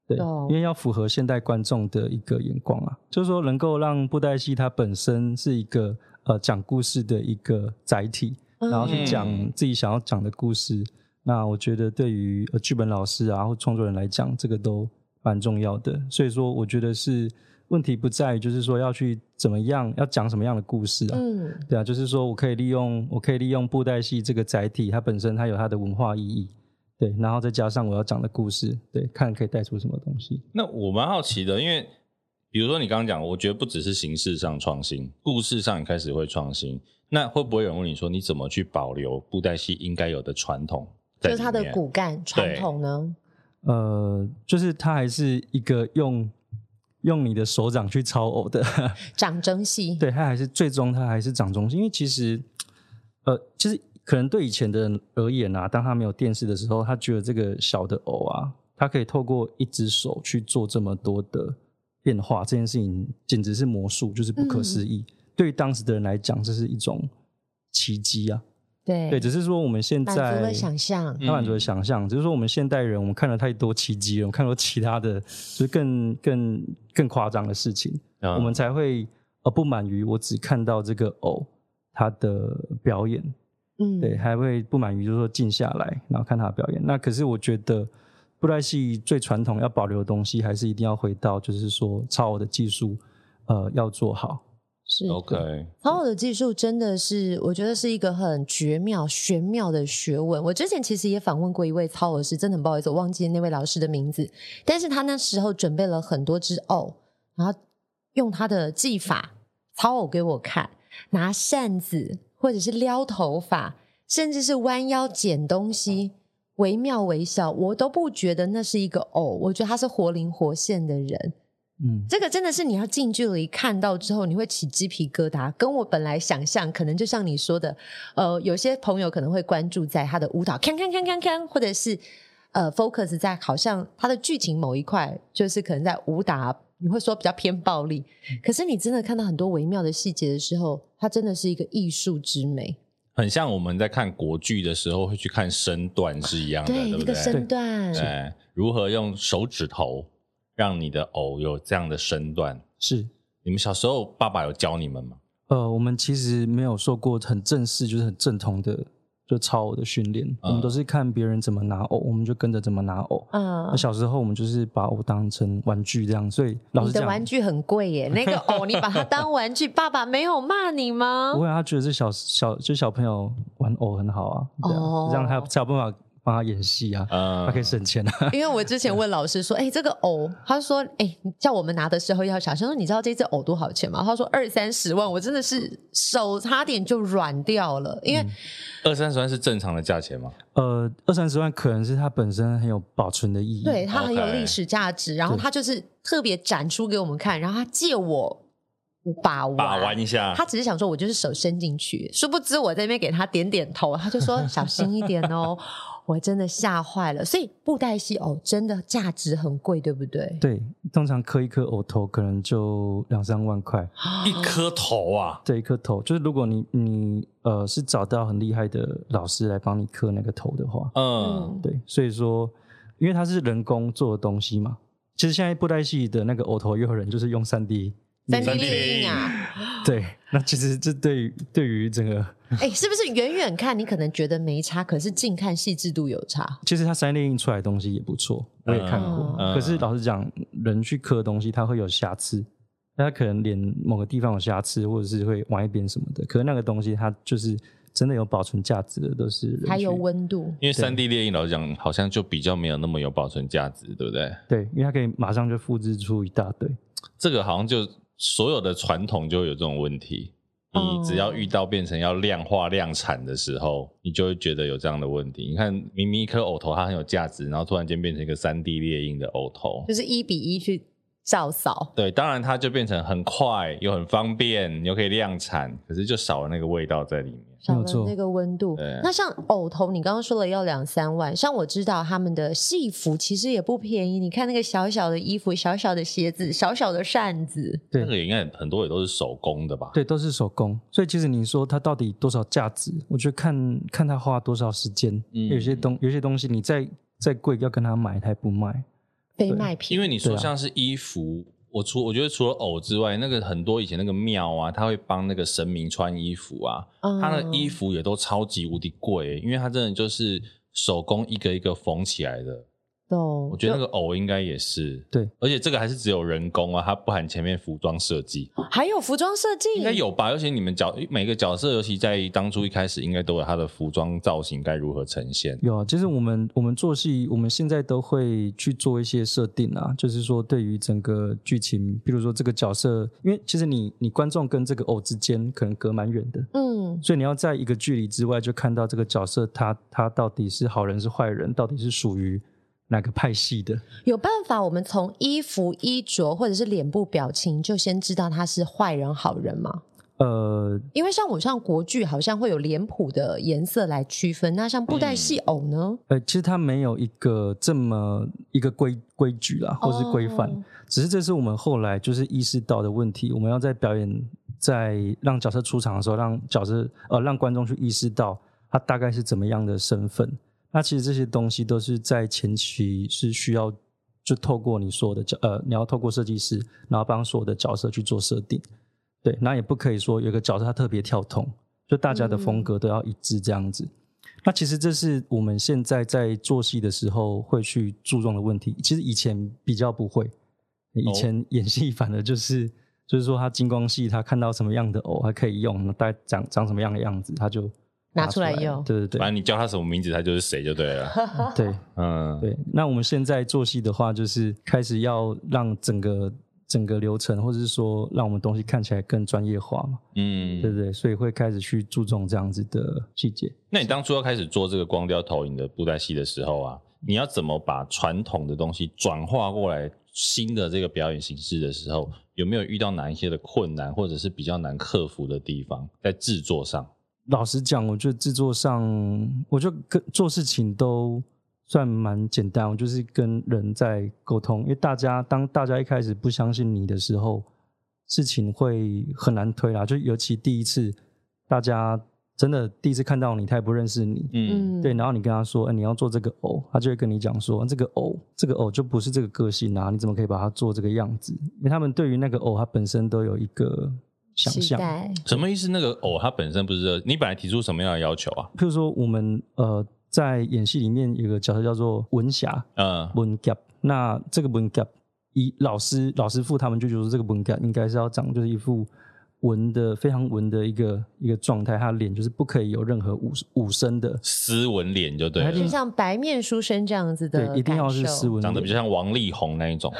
[SPEAKER 1] 对，
[SPEAKER 2] 懂
[SPEAKER 1] 因为要符合现代观众的一个眼光啊，就是说能够让布袋戏它本身是一个呃讲故事的一个载体，
[SPEAKER 2] 嗯
[SPEAKER 1] 然后去讲
[SPEAKER 3] 嗯
[SPEAKER 1] 自己想要讲的故事。那我觉得对于呃剧本老师啊或创作人来讲，这个都蛮重要的。所以说，我觉得是问题不在于就是说要去怎么样，要讲什么样的故事啊。
[SPEAKER 2] 嗯，
[SPEAKER 1] 对啊，就是说我可以利用我可以利用布袋戏这个载体，它本身它有它的文化意义，对，然后再加上我要讲的故事，对，看可以带出什么东西。
[SPEAKER 3] 那我蛮好奇的，因为比如说你刚刚讲，我觉得不只是形式上创新，故事上也开始会创新。那会不会有人问你说，你怎么去保留布袋戏应该有的传统在
[SPEAKER 2] 就
[SPEAKER 3] 里
[SPEAKER 2] 是
[SPEAKER 3] 面？
[SPEAKER 2] 它的骨干传统呢。
[SPEAKER 1] 呃，就是它还是一个用用你的手掌去操偶的，
[SPEAKER 2] 长征戏，
[SPEAKER 1] 对，它还是最终它还是掌中心，因为其实呃，其实可能对以前的人而言啊，当他没有电视的时候，他觉得这个小的偶啊，他可以透过一只手去做这么多的变化，这件事情简直是魔术，就是不可
[SPEAKER 2] 嗯
[SPEAKER 1] 思议。对于当时的人来讲，这是一种奇迹啊！
[SPEAKER 2] 对
[SPEAKER 1] 对，只是说我们现
[SPEAKER 2] 满
[SPEAKER 1] 在
[SPEAKER 2] 足了想象。
[SPEAKER 1] 当然，足了想象，只是说我们现代人，我们看了太多奇迹了，我们看到其他的，就是更更更夸张的事情，
[SPEAKER 3] 嗯
[SPEAKER 1] 我们才会呃不满于我只看到这个偶他的表演，
[SPEAKER 2] 嗯，
[SPEAKER 1] 对，还会不满于就是说静下来，然后看他的表演。那可是我觉得布袋戏最传统要保留的东西，还是一定要回到就是说超偶的技术，呃，要做好。
[SPEAKER 2] 是
[SPEAKER 3] OK，
[SPEAKER 2] 好好的技术真的是，我觉得是一个很绝妙、玄妙的学问。我之前其实也访问过一位操偶师，真的很不好意思，我忘记那位老师的名字。但是他那时候准备了很多只偶，然后用他的技法操偶给我看，拿扇子或者是撩头发，甚至是弯腰捡东西，惟妙惟肖，我都不觉得那是一个偶，我觉得他是活灵活现的人。
[SPEAKER 1] 嗯，
[SPEAKER 2] 这个真的是你要近距离看到之后，你会起鸡皮疙瘩。跟我本来想象，可能就像你说的，呃，有些朋友可能会关注在他的舞蹈，看看看看看，或者是呃，focus 在好像他的剧情某一块，就是可能在武打，你会说比较偏暴力。可是你真的看到很多微妙的细节的时候，它真的是一个艺术之美。
[SPEAKER 3] 很像我们在看国剧的时候会去看身段是一样的，对
[SPEAKER 2] 那
[SPEAKER 3] 不
[SPEAKER 2] 个
[SPEAKER 3] 对？
[SPEAKER 2] 身段，
[SPEAKER 3] 对，如何用手指头让你的偶有这样的身段？
[SPEAKER 1] 是。
[SPEAKER 3] 你们小时候爸爸有教你们吗？
[SPEAKER 1] 呃，我们其实没有受过很正式，就是很正统的就抄我的训练。我们都是看别人怎么拿偶，我们就跟着怎么拿偶。
[SPEAKER 2] 嗯
[SPEAKER 1] 那，小时候我们就是把偶当成玩具这样，所以老
[SPEAKER 2] 你
[SPEAKER 1] 师
[SPEAKER 2] 的
[SPEAKER 1] 讲，
[SPEAKER 2] 玩具很贵耶，那个偶你把它当玩具，爸爸没有骂你吗
[SPEAKER 1] 不？会啊，他觉得这小小就小朋友玩偶很好啊，对啊，
[SPEAKER 2] 哦
[SPEAKER 1] 就这样他才有办法帮他演戏啊，
[SPEAKER 3] 嗯
[SPEAKER 1] 他可以省钱啊。
[SPEAKER 2] 因为我之前问老师说，哎、这个藕，他说，哎、你叫我们拿的时候要小心。说你知道这只藕多少钱吗？他说二三十万，我真的是手差点就软掉了，因为、
[SPEAKER 3] 嗯二三十万是正常的价钱吗？
[SPEAKER 1] 呃，二三十万可能是它本身很有保存的意义。
[SPEAKER 2] 对它很有
[SPEAKER 3] OK
[SPEAKER 2] 历史价值。然后
[SPEAKER 1] 对
[SPEAKER 2] 他就是特别展出给我们看，然后他借我五把玩，
[SPEAKER 3] 把玩一下，
[SPEAKER 2] 他只是想说，我就是手伸进去，殊不知我在那边给他点点头，他就 说小心一点哦。我真的吓坏了，所以布袋戏藕真的价值很贵，对不对？
[SPEAKER 1] 对，通常磕一颗偶头可能就两三万块，
[SPEAKER 3] 一颗头啊，
[SPEAKER 1] 对，一颗头就是如果你你呃是找到很厉害的老师来帮你磕那个头的话，
[SPEAKER 3] 嗯，
[SPEAKER 2] 嗯，
[SPEAKER 1] 对，所以说因为它是人工做的东西嘛，其实现在布袋戏的那个偶头也有人就是用三 D。
[SPEAKER 2] 三 D
[SPEAKER 3] 三 D
[SPEAKER 2] 列印啊，
[SPEAKER 1] 对，那其实这对于对于整个，
[SPEAKER 2] 哎、是不是远远看你可能觉得没差，可是近看细致度有差？
[SPEAKER 1] 其实它三 D 印出来的东西也不错，我也看过。
[SPEAKER 3] 嗯
[SPEAKER 1] 可是老实讲，人去刻东西，它会有瑕疵，那它可能脸某个地方有瑕疵，或者是会歪一边什么的。可是那个东西，它就是真的有保存价值的，都是人
[SPEAKER 2] 还有
[SPEAKER 1] 去
[SPEAKER 2] 温度，
[SPEAKER 3] 因为三 D 猎鹰老实讲好像就比较没有那么有保存价值，对不对？
[SPEAKER 1] 对，因为它可以马上就复制出一大堆。
[SPEAKER 3] 这个好像就所有的传统就会有这种问题。
[SPEAKER 2] 哦
[SPEAKER 3] 你只要遇到变成要量化量产的时候，你就会觉得有这样的问题。你看，明明一颗藕头它很有价值，然后突然间变成一个三 D 猎鹰的藕头
[SPEAKER 2] 就，是一比一去照扫。
[SPEAKER 3] 对，当然它就变成很快又很方便，你又可以量产，可是就少了那个味道在里面。
[SPEAKER 2] 少
[SPEAKER 1] 没有
[SPEAKER 2] 了
[SPEAKER 1] 错
[SPEAKER 2] 那个温度
[SPEAKER 3] 对，
[SPEAKER 2] 那像藕头，你刚刚说了要两三万，像我知道他们的戏服其实也不便宜。你看那个小小的衣服、小小的鞋子、小小的扇子，
[SPEAKER 1] 对
[SPEAKER 3] 那个也应该很多也都是手工的吧？
[SPEAKER 1] 对，都是手工，所以其实你说它到底多少价值，我觉得看看它花多少时间。
[SPEAKER 3] 嗯
[SPEAKER 1] 有些东有些东西你再再贵要跟他买，他也不卖。
[SPEAKER 2] 非卖品，
[SPEAKER 3] 因为你说
[SPEAKER 1] 对啊
[SPEAKER 3] 像是衣服，我除我觉得除了偶之外，那个很多以前那个庙啊，他会帮那个神明穿衣服啊，
[SPEAKER 2] 嗯
[SPEAKER 3] 他的
[SPEAKER 1] 嗯
[SPEAKER 3] 衣
[SPEAKER 2] 服
[SPEAKER 3] 服也都超级无敌贵，欸因为他真的就是手工一个一个缝起来的。
[SPEAKER 2] 懂，
[SPEAKER 3] 我觉得那个偶应该也是
[SPEAKER 1] 对，
[SPEAKER 3] 而且这个还是只有人工啊，它不含前面服装设计，
[SPEAKER 2] 就还有服装设计，
[SPEAKER 3] 应该有吧？尤其你们角每个角色，尤其在当初一开始，应该都有它的服装造型该如何呈现。
[SPEAKER 1] 有啊，其实我们我们做戏，我们现在都会去做一些设定啊，就是说对于整个剧情，比如说这个角色，因为其实你你观众跟这个偶之间可能隔蛮远的，
[SPEAKER 2] 嗯，
[SPEAKER 1] 所以你要在一个距离之外就看到这个角色他他到底是好人是坏人，到底是属于哪个派系的。
[SPEAKER 2] 有办法，我们从衣服、衣着或者是脸部表情就先知道他是坏人、好人吗？
[SPEAKER 1] 呃，
[SPEAKER 2] 因为像我像国剧好像会有脸谱的颜色来区分，那像布袋戏偶呢？
[SPEAKER 1] 呃，其实它没有一个这么一个规规矩啦，或是规范，
[SPEAKER 2] 哦
[SPEAKER 1] 只是这是我们后来就是意识到的问题。我们要在表演，在让角色出场的时候，让角色呃让观众去意识到他大概是怎么样的身份。那其实这些东西都是在前期是需要就透过你所有的角呃，你要透过设计师，然后帮所有的角色去做设定。对，那也不可以说有一个角色他特别跳通，就大家的风格都要一致这样子。那其实这是我们现在在做戏的时候会去注重的问题。其实以前比较不
[SPEAKER 3] 哦
[SPEAKER 1] 会，以前演戏反而就是、就是说他金光戏，他看到什么样的偶，他可以用，那大概长长什么样的样子，他就
[SPEAKER 2] 拿
[SPEAKER 1] 出
[SPEAKER 2] 出来
[SPEAKER 1] 了
[SPEAKER 2] 用
[SPEAKER 1] 对对对
[SPEAKER 3] 反正你叫他什么名字，他就是谁就对 了。
[SPEAKER 1] 对
[SPEAKER 3] 嗯，
[SPEAKER 1] 对。那我们现在做戏的话，就是开始要让整个整个流程，或者是说让我们东西看起来更专业化嘛，
[SPEAKER 3] 嗯
[SPEAKER 1] 对不对？所以会开始去注重这样子的细节。
[SPEAKER 3] 那你当初要开始做这个光雕投影的布袋戏的时候啊，你要怎么把传统的东西转化过来新的这个表演形式的时候，有没有遇到哪一些的困难，或者是比较难克服的地方在制作上？
[SPEAKER 1] 老实讲，我觉得制作上，我觉得跟做事情都算蛮简单，我就是跟人在沟通。因为大家当大家一开始不相信你的时候，事情会很难推啦。就尤其第一次，大家真的第一次看到你，他也不认识你，
[SPEAKER 3] 嗯，
[SPEAKER 2] 嗯，
[SPEAKER 1] 对，然后你跟他说，哎、你要做这个偶，他就会跟你讲说，这个偶，这个偶就不是这个个性啊，你怎么可以把它做这个样子？因为他们对于那个偶，它本身都有一个想
[SPEAKER 2] 期
[SPEAKER 1] 象。
[SPEAKER 2] 待
[SPEAKER 3] 什么意思？那个偶它本身不是热，你本来提出什么样的要求啊？
[SPEAKER 1] 譬如说，我们呃在演戏里面有个角色叫做文霞
[SPEAKER 3] 嗯，
[SPEAKER 1] 文 gap，那这个文 gap，以老师老师傅他们就觉得这个文 gap 应该是要长就是一副文的非常文的一个一个状态，他脸就是不可以有任何五五声的，
[SPEAKER 3] 斯文脸就对
[SPEAKER 1] 还
[SPEAKER 2] 就
[SPEAKER 3] 了
[SPEAKER 1] 是，
[SPEAKER 2] 像白面书生这样子的
[SPEAKER 1] 对，
[SPEAKER 2] 感受，
[SPEAKER 1] 一定要是斯文脸，
[SPEAKER 3] 长得比较像王力宏那一种，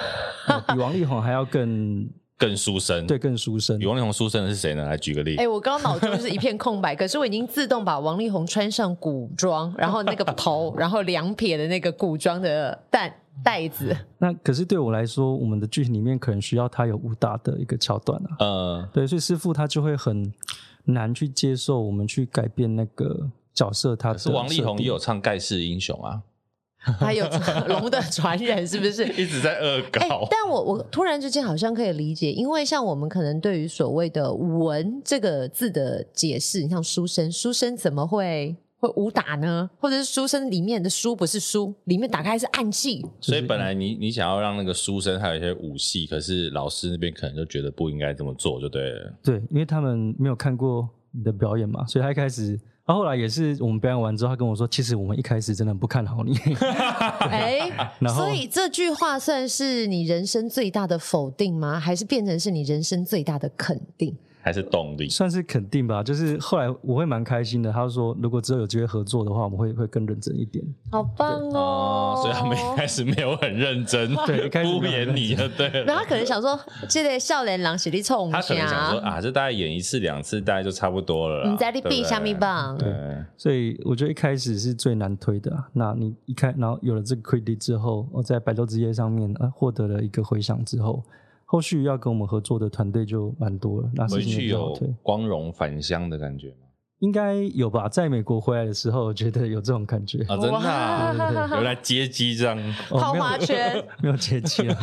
[SPEAKER 1] 呃比王力宏还要更
[SPEAKER 3] 更书生。
[SPEAKER 1] 对，更书生
[SPEAKER 3] 比。王力宏书生的是谁呢？来举个例
[SPEAKER 2] 哎、，我刚刚脑中就是一片空白，可是我已经自动把王力宏穿上古装，然后那个头，然后两撇的那个古装的带带子，
[SPEAKER 1] 那可是对我来说，我们的剧情里面可能需要他有武打的一个桥段啊，
[SPEAKER 3] 呃，
[SPEAKER 1] 对，所以师傅他就会很难去接受我们去改变那个角色他
[SPEAKER 3] 可
[SPEAKER 1] 的
[SPEAKER 3] 是王力宏
[SPEAKER 1] 设定
[SPEAKER 3] 也有唱《盖世英雄》啊，
[SPEAKER 2] 还有 龙的传人，是不是？
[SPEAKER 3] 一直在恶
[SPEAKER 2] 哎、
[SPEAKER 3] 搞。
[SPEAKER 2] 但我我突然之间好像可以理解，因为像我们可能对于所谓的“文”这个字的解释，你像书生，书生怎么会会武打呢？或者是书生里面的书不是书，里面打开是暗器，
[SPEAKER 3] 所以本来你你想要让那个书生还有一些武戏，可是老师那边可能就觉得不应该这么做，就对了。
[SPEAKER 1] 对，因为他们没有看过你的表演嘛，所以他一开始，他后来也是我们表演完之后，他跟我说，其实我们一开始真的不看好你。
[SPEAKER 2] 哎、
[SPEAKER 1] 然后
[SPEAKER 2] 所以这句话算是你人生最大的否定吗？还是变成是你人生最大的肯定？
[SPEAKER 3] 还是动力。
[SPEAKER 1] 算是肯定吧，就是后来我会蛮开心的。他说，如果之后有机会合作的话，我们会会更认真一点。
[SPEAKER 2] 好棒哦！
[SPEAKER 3] 哦，所以他们一开始没有很认真，
[SPEAKER 1] 对一开始
[SPEAKER 3] 敷
[SPEAKER 1] 没有
[SPEAKER 3] 衍
[SPEAKER 1] 很认真
[SPEAKER 3] 你就对了。
[SPEAKER 2] 然后他可能想说，这个笑脸狼写的冲
[SPEAKER 3] 他可能想说啊，这大概演一次两次，大概就差不多了啦。
[SPEAKER 2] 你在你
[SPEAKER 3] 对不
[SPEAKER 2] 闭
[SPEAKER 3] 对
[SPEAKER 2] 下咪棒，
[SPEAKER 3] 对，
[SPEAKER 1] 所以我觉得一开始是最难推的、啊。那你一开，然后有了这个 credit 之后，我在百度之夜上面啊获得了一个回响之后，后续要跟我们合作的团队就蛮多了。那事
[SPEAKER 3] 回
[SPEAKER 1] 情
[SPEAKER 3] 去哦
[SPEAKER 1] 也比较好
[SPEAKER 3] 有
[SPEAKER 1] 推，
[SPEAKER 3] 光荣返乡的感觉吗？
[SPEAKER 1] 应该有吧？在美国回来的时候，我觉得有这种感觉。
[SPEAKER 3] 啊，真的啊，
[SPEAKER 1] 哇
[SPEAKER 3] 有来接机这样
[SPEAKER 1] 哦
[SPEAKER 2] 套
[SPEAKER 1] 没有
[SPEAKER 2] 花圈。
[SPEAKER 1] 没有接气 了，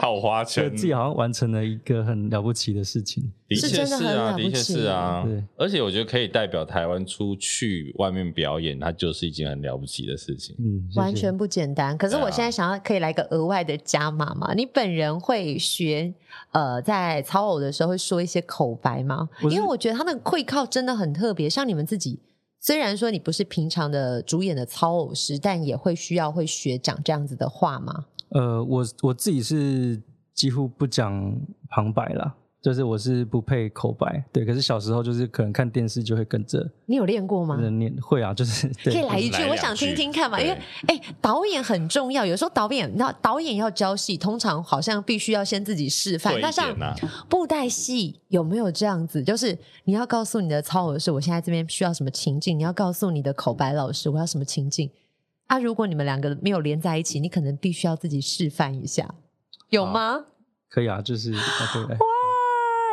[SPEAKER 3] 套花
[SPEAKER 1] 觉得
[SPEAKER 3] 圈，
[SPEAKER 1] 自己好像完成了一个很了不起的事情。
[SPEAKER 3] 的
[SPEAKER 2] 是
[SPEAKER 3] 确
[SPEAKER 2] 真的
[SPEAKER 3] 是
[SPEAKER 2] 很
[SPEAKER 3] 啊，
[SPEAKER 2] 了
[SPEAKER 3] 的
[SPEAKER 2] 不
[SPEAKER 3] 确
[SPEAKER 2] 起
[SPEAKER 3] 是啊
[SPEAKER 1] 对。
[SPEAKER 3] 而且我觉得可以代表台湾出去外面表演，它就是一件很了不起的事情。
[SPEAKER 1] 嗯，谢谢
[SPEAKER 2] 完全不简单，可是我
[SPEAKER 3] 对啊
[SPEAKER 2] 现在想要可以来个额外的加码嘛？你本人会学呃，在操偶的时候会说一些口白吗？
[SPEAKER 1] 我
[SPEAKER 2] 因
[SPEAKER 1] 是
[SPEAKER 2] 为我觉得他那个会靠真的很特别，像你们自己，虽然说你不是平常的主演的操偶师，但也会需要会学讲这样子的话吗？
[SPEAKER 1] 呃，我我自己是几乎不讲旁白啦，就是我是不配口白。对，可是小时候就是可能看电视就会跟着
[SPEAKER 2] 你有练过吗
[SPEAKER 1] 跟？着念，会啊，就是
[SPEAKER 2] 可以
[SPEAKER 1] 对。
[SPEAKER 2] 来一句，
[SPEAKER 3] 来两句
[SPEAKER 2] 我想听听看嘛，因为哎、导演很重要，有时候导演，你知道导演要教戏，通常好像必须要先自己示范
[SPEAKER 3] 对。
[SPEAKER 2] 那
[SPEAKER 3] 一
[SPEAKER 2] 像
[SPEAKER 3] 点
[SPEAKER 1] 啊
[SPEAKER 3] 啊呐，
[SPEAKER 2] 布袋戏有没有这样子？就是你要告诉你的操偶是我现在这边需要什么情境，你要告诉你的口白老师我要什么情境。啊，如果你们两个没有连在一起，你可能必须要自己示范一下，有吗？
[SPEAKER 1] 可以啊，就是啊 可以来。
[SPEAKER 2] 啊，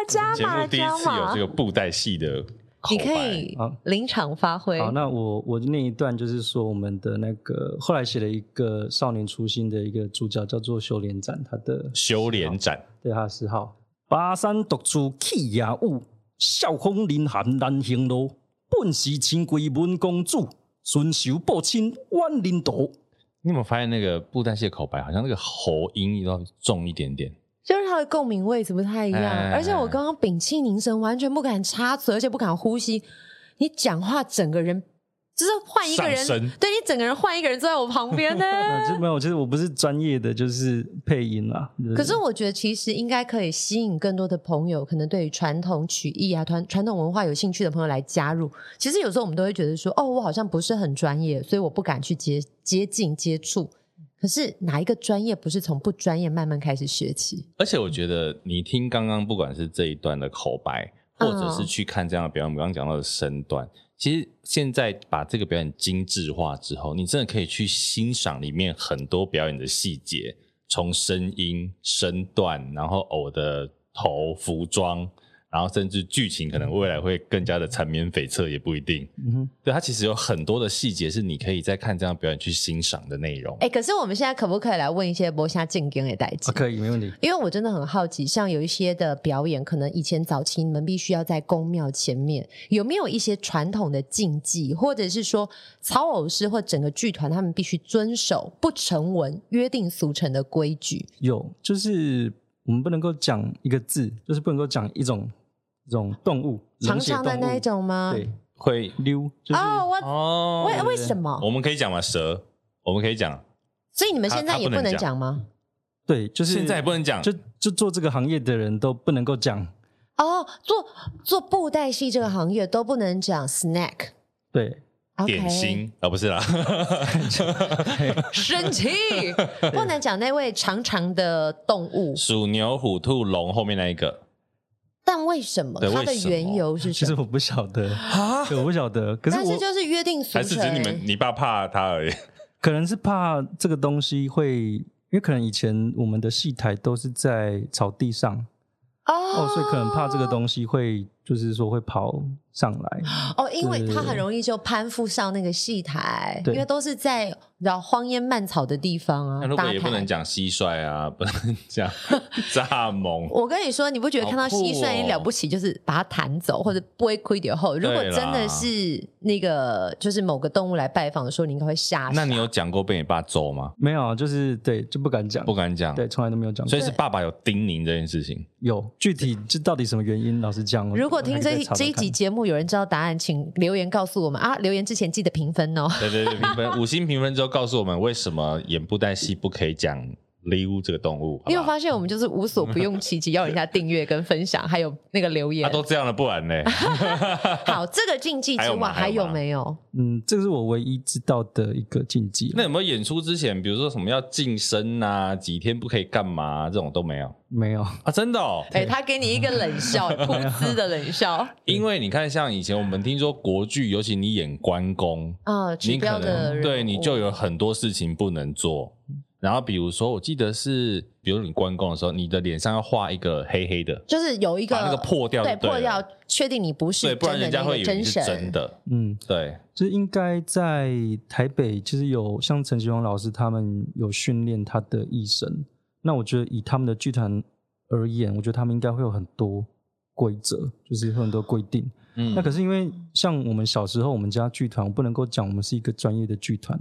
[SPEAKER 2] 加
[SPEAKER 3] 节目
[SPEAKER 2] 码
[SPEAKER 3] 第一
[SPEAKER 2] 加
[SPEAKER 3] 次有
[SPEAKER 2] 码
[SPEAKER 3] 这，个布袋戏的口
[SPEAKER 2] 你可
[SPEAKER 3] 白，
[SPEAKER 2] 以
[SPEAKER 1] 好
[SPEAKER 2] 临场发挥。
[SPEAKER 1] 好，那我我念一段，就是说我们的那个后来写了一个少年初心的一个主角叫做修连展，他的
[SPEAKER 3] 修脸展，
[SPEAKER 1] 对他的嗜好。巴山独处气也有，笑风凌寒难行路。本是清贵文公主，顺手报亲万林 途。
[SPEAKER 3] 你有没有发现那个布袋戏的口白好像那个喉音要重一点点？
[SPEAKER 2] 就是他的共鸣位置不太一样，
[SPEAKER 3] 哎
[SPEAKER 2] 而且我刚刚屏气凝神，完全不敢插嘴，而且不敢呼吸。你讲话，整个人就是换一个人
[SPEAKER 3] 上身，
[SPEAKER 2] 对你整个人换一个人坐在我旁 边呢。
[SPEAKER 1] 啊，这没有，其实我不是专业的，就是配音啦。就
[SPEAKER 2] 可是我觉得其实应该可以吸引更多的朋友，可能对于传统曲艺啊、传传统文化有兴趣的朋友来加入。其实有时候我们都会觉得说，哦，我好像不是很专业，所以我不敢去接接近接触。可是哪一个专业不是从不专业慢慢开始学起？
[SPEAKER 3] 而且我觉得你听刚刚不管是这一段的口白，或者是去看这样的表演，我们刚刚讲到的身段，其实现在把这个表演精致化之后，你真的可以去欣赏里面很多表演的细节，从声音、身段，然后偶的头、服装。然后甚至剧情可能未来会更加的缠绵悱恻，也不一定。
[SPEAKER 1] 嗯哼，
[SPEAKER 3] 对它其实有很多的细节是你可以在看这样的表演去欣赏的内容。
[SPEAKER 2] 哎、可是我们现在可不可以来问一些播下进京的代
[SPEAKER 1] 啊
[SPEAKER 2] 志？
[SPEAKER 1] 可以，没问题。
[SPEAKER 2] 因为我真的很好奇，像有一些的表演，可能以前早期你们必须要在宫庙前面，有没有一些传统的禁忌，或者是说操偶师或整个剧团他们必须遵守不成文、约定俗成的 规矩？
[SPEAKER 1] 有，就是我们不能够讲一个字，就是不能够讲一种这种动物，
[SPEAKER 2] 长
[SPEAKER 1] 冷血
[SPEAKER 2] 长的
[SPEAKER 1] 动物
[SPEAKER 2] 那一，种吗？
[SPEAKER 1] 对，
[SPEAKER 3] 会
[SPEAKER 1] 溜就是
[SPEAKER 2] 哦，我
[SPEAKER 4] 哦
[SPEAKER 2] 为为什么？
[SPEAKER 3] 我们可以讲嘛蛇，我们可以讲，
[SPEAKER 2] 所以你们现在
[SPEAKER 3] 他他
[SPEAKER 2] 也
[SPEAKER 3] 不
[SPEAKER 2] 不
[SPEAKER 3] 能
[SPEAKER 2] 能
[SPEAKER 3] 讲
[SPEAKER 2] 讲吗？
[SPEAKER 1] 对，就是
[SPEAKER 3] 现在也不能讲，
[SPEAKER 1] 就就做这个行业的人都不能够讲，
[SPEAKER 2] 哦，做做布袋戏这个行业都不能讲 snack。
[SPEAKER 1] 对，
[SPEAKER 3] 点心 啊，不是啦，
[SPEAKER 2] 生气，不能讲那位长长的动物，
[SPEAKER 3] 鼠牛虎兔龙后面那一个
[SPEAKER 2] 但为什么
[SPEAKER 3] 对
[SPEAKER 2] 它的
[SPEAKER 3] 为什么
[SPEAKER 2] 缘由是
[SPEAKER 1] 其
[SPEAKER 2] 什
[SPEAKER 1] 实
[SPEAKER 2] 么？
[SPEAKER 1] 我不晓得，
[SPEAKER 3] 啊，
[SPEAKER 1] 对我不晓得，可是
[SPEAKER 2] 但
[SPEAKER 1] 我
[SPEAKER 2] 是就是约定俗
[SPEAKER 3] 还是只是你们
[SPEAKER 2] 成，
[SPEAKER 3] 你爸怕他而已。
[SPEAKER 1] 可能是怕这个东西会，因为可能以前我们的戏台都是在草地上，
[SPEAKER 2] 哦
[SPEAKER 1] 哦，所以可能怕这个东西会，就是说会跑上来，
[SPEAKER 2] 哦，因为它
[SPEAKER 1] 对
[SPEAKER 2] 很容易就攀附上那个戏台，因
[SPEAKER 1] 对
[SPEAKER 2] 为都是在然后荒烟蔓草的地方
[SPEAKER 3] 那
[SPEAKER 2] 啊，
[SPEAKER 3] 如
[SPEAKER 2] 搭
[SPEAKER 3] 果
[SPEAKER 2] 台。
[SPEAKER 3] 也不能讲蟋蟀啊，不能讲蚱蜢，
[SPEAKER 2] 我跟你说，你不觉得看到
[SPEAKER 3] 好酷
[SPEAKER 2] 蟋蟀也
[SPEAKER 3] 哦
[SPEAKER 2] 了不起，就是把它弹走或者不会亏点后，如果
[SPEAKER 3] 对啦
[SPEAKER 2] 真的是那个就是某个动物来拜访的时候，你应该会吓
[SPEAKER 3] 那
[SPEAKER 2] 傻
[SPEAKER 3] 你有讲过被你爸揍吗？
[SPEAKER 1] 没有，啊就是对，就不敢讲，
[SPEAKER 3] 不敢讲，
[SPEAKER 1] 对，从来都没有讲过，
[SPEAKER 3] 所以是爸爸有叮咛这件事情。
[SPEAKER 1] 有 具体这到底什么原因，老实讲，
[SPEAKER 2] 如果
[SPEAKER 1] 我还可
[SPEAKER 2] 听
[SPEAKER 1] 以
[SPEAKER 2] 这
[SPEAKER 1] 再
[SPEAKER 2] 一
[SPEAKER 1] 查查
[SPEAKER 2] 这一集
[SPEAKER 1] 看，
[SPEAKER 2] 节目有人知道答案，请留言告诉我们啊！留言之前记得评分哦。
[SPEAKER 3] 对对对，评分五星评分之后，告诉我们为什么演布袋戏不可以讲猎物这个动物，好
[SPEAKER 2] 因为我
[SPEAKER 3] 吧？
[SPEAKER 2] 发现我们就是无所不用其极，要人家订阅跟分享，还有那个留
[SPEAKER 3] 他、
[SPEAKER 2] 言。
[SPEAKER 3] 都这样了，不然呢？
[SPEAKER 2] 好，这个禁忌
[SPEAKER 3] 还
[SPEAKER 2] 之
[SPEAKER 3] 有吗
[SPEAKER 2] 外还
[SPEAKER 3] 还
[SPEAKER 2] 有
[SPEAKER 3] 有吗
[SPEAKER 2] 没有？
[SPEAKER 1] 嗯，这是我唯一知道的一个禁忌了，
[SPEAKER 3] 那有没有演出之前，比如说什么要晋升啊，几天不可以干嘛、这种都没有
[SPEAKER 1] 没有，
[SPEAKER 3] 啊？真的哦，
[SPEAKER 2] 哎，他给你一个冷 笑，噗嗤的冷 笑。
[SPEAKER 3] 因为你看，像以前我们听说国剧，尤其你演关公，
[SPEAKER 2] 啊，指
[SPEAKER 3] 你可
[SPEAKER 2] 标的
[SPEAKER 3] 能
[SPEAKER 2] 人
[SPEAKER 3] 对你
[SPEAKER 2] 物
[SPEAKER 3] 就有很多事情不能做。然后比如说，我记得是，比如你关公的时候，你的脸上要画一个黑黑的，
[SPEAKER 2] 就是有一个
[SPEAKER 3] 把那个破掉就
[SPEAKER 2] 对
[SPEAKER 3] 对了
[SPEAKER 2] 破掉，确定你不
[SPEAKER 3] 对，
[SPEAKER 2] 是
[SPEAKER 3] 不然
[SPEAKER 2] 真的
[SPEAKER 3] 人家
[SPEAKER 2] 那
[SPEAKER 3] 会
[SPEAKER 2] 个
[SPEAKER 3] 以为
[SPEAKER 2] 真
[SPEAKER 3] 你是
[SPEAKER 2] 神。
[SPEAKER 3] 真的。
[SPEAKER 1] 嗯，
[SPEAKER 3] 对，
[SPEAKER 1] 就是应该在台北，其实有像陈其荣老师他们有训练他的艺神。那我觉得以他们的剧团而言，我觉得他们应该会有很多规则，就是会有很多规定。
[SPEAKER 3] 嗯
[SPEAKER 1] 那可是因为像我们小时候，我们家剧团，我不能够讲我们是一个专业的剧团，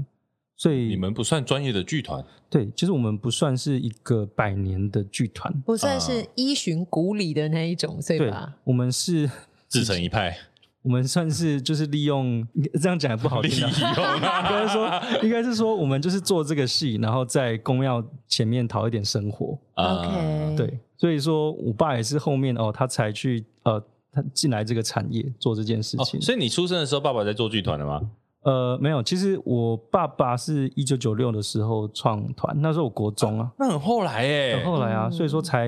[SPEAKER 1] 所以
[SPEAKER 3] 你们不算专业的剧团，
[SPEAKER 1] 对，其实我们不算是一个百年的剧团，
[SPEAKER 2] 不
[SPEAKER 3] 啊
[SPEAKER 2] 算是依循古礼的那一种，对
[SPEAKER 1] 对
[SPEAKER 2] 吧？，
[SPEAKER 1] 我们是，
[SPEAKER 3] 自成一派，
[SPEAKER 1] 我们算是就是利用这样讲也不好听、啊， 应该说，应该是说，我们就是做这个戏，然后在公庙前面讨一点生活。
[SPEAKER 3] 啊
[SPEAKER 2] OK
[SPEAKER 1] 对，所以说我爸也是后面哦，他才去呃，他进来这个产业做这件事
[SPEAKER 3] 哦，
[SPEAKER 1] 情。
[SPEAKER 3] 所以你出生的时候，爸爸在做剧团的吗？
[SPEAKER 1] 呃，没有，其实我爸爸是一九九六的时候创团，那时候我国中啊，
[SPEAKER 3] 那很后来耶
[SPEAKER 1] 很后来啊，
[SPEAKER 2] 嗯
[SPEAKER 1] 所以说才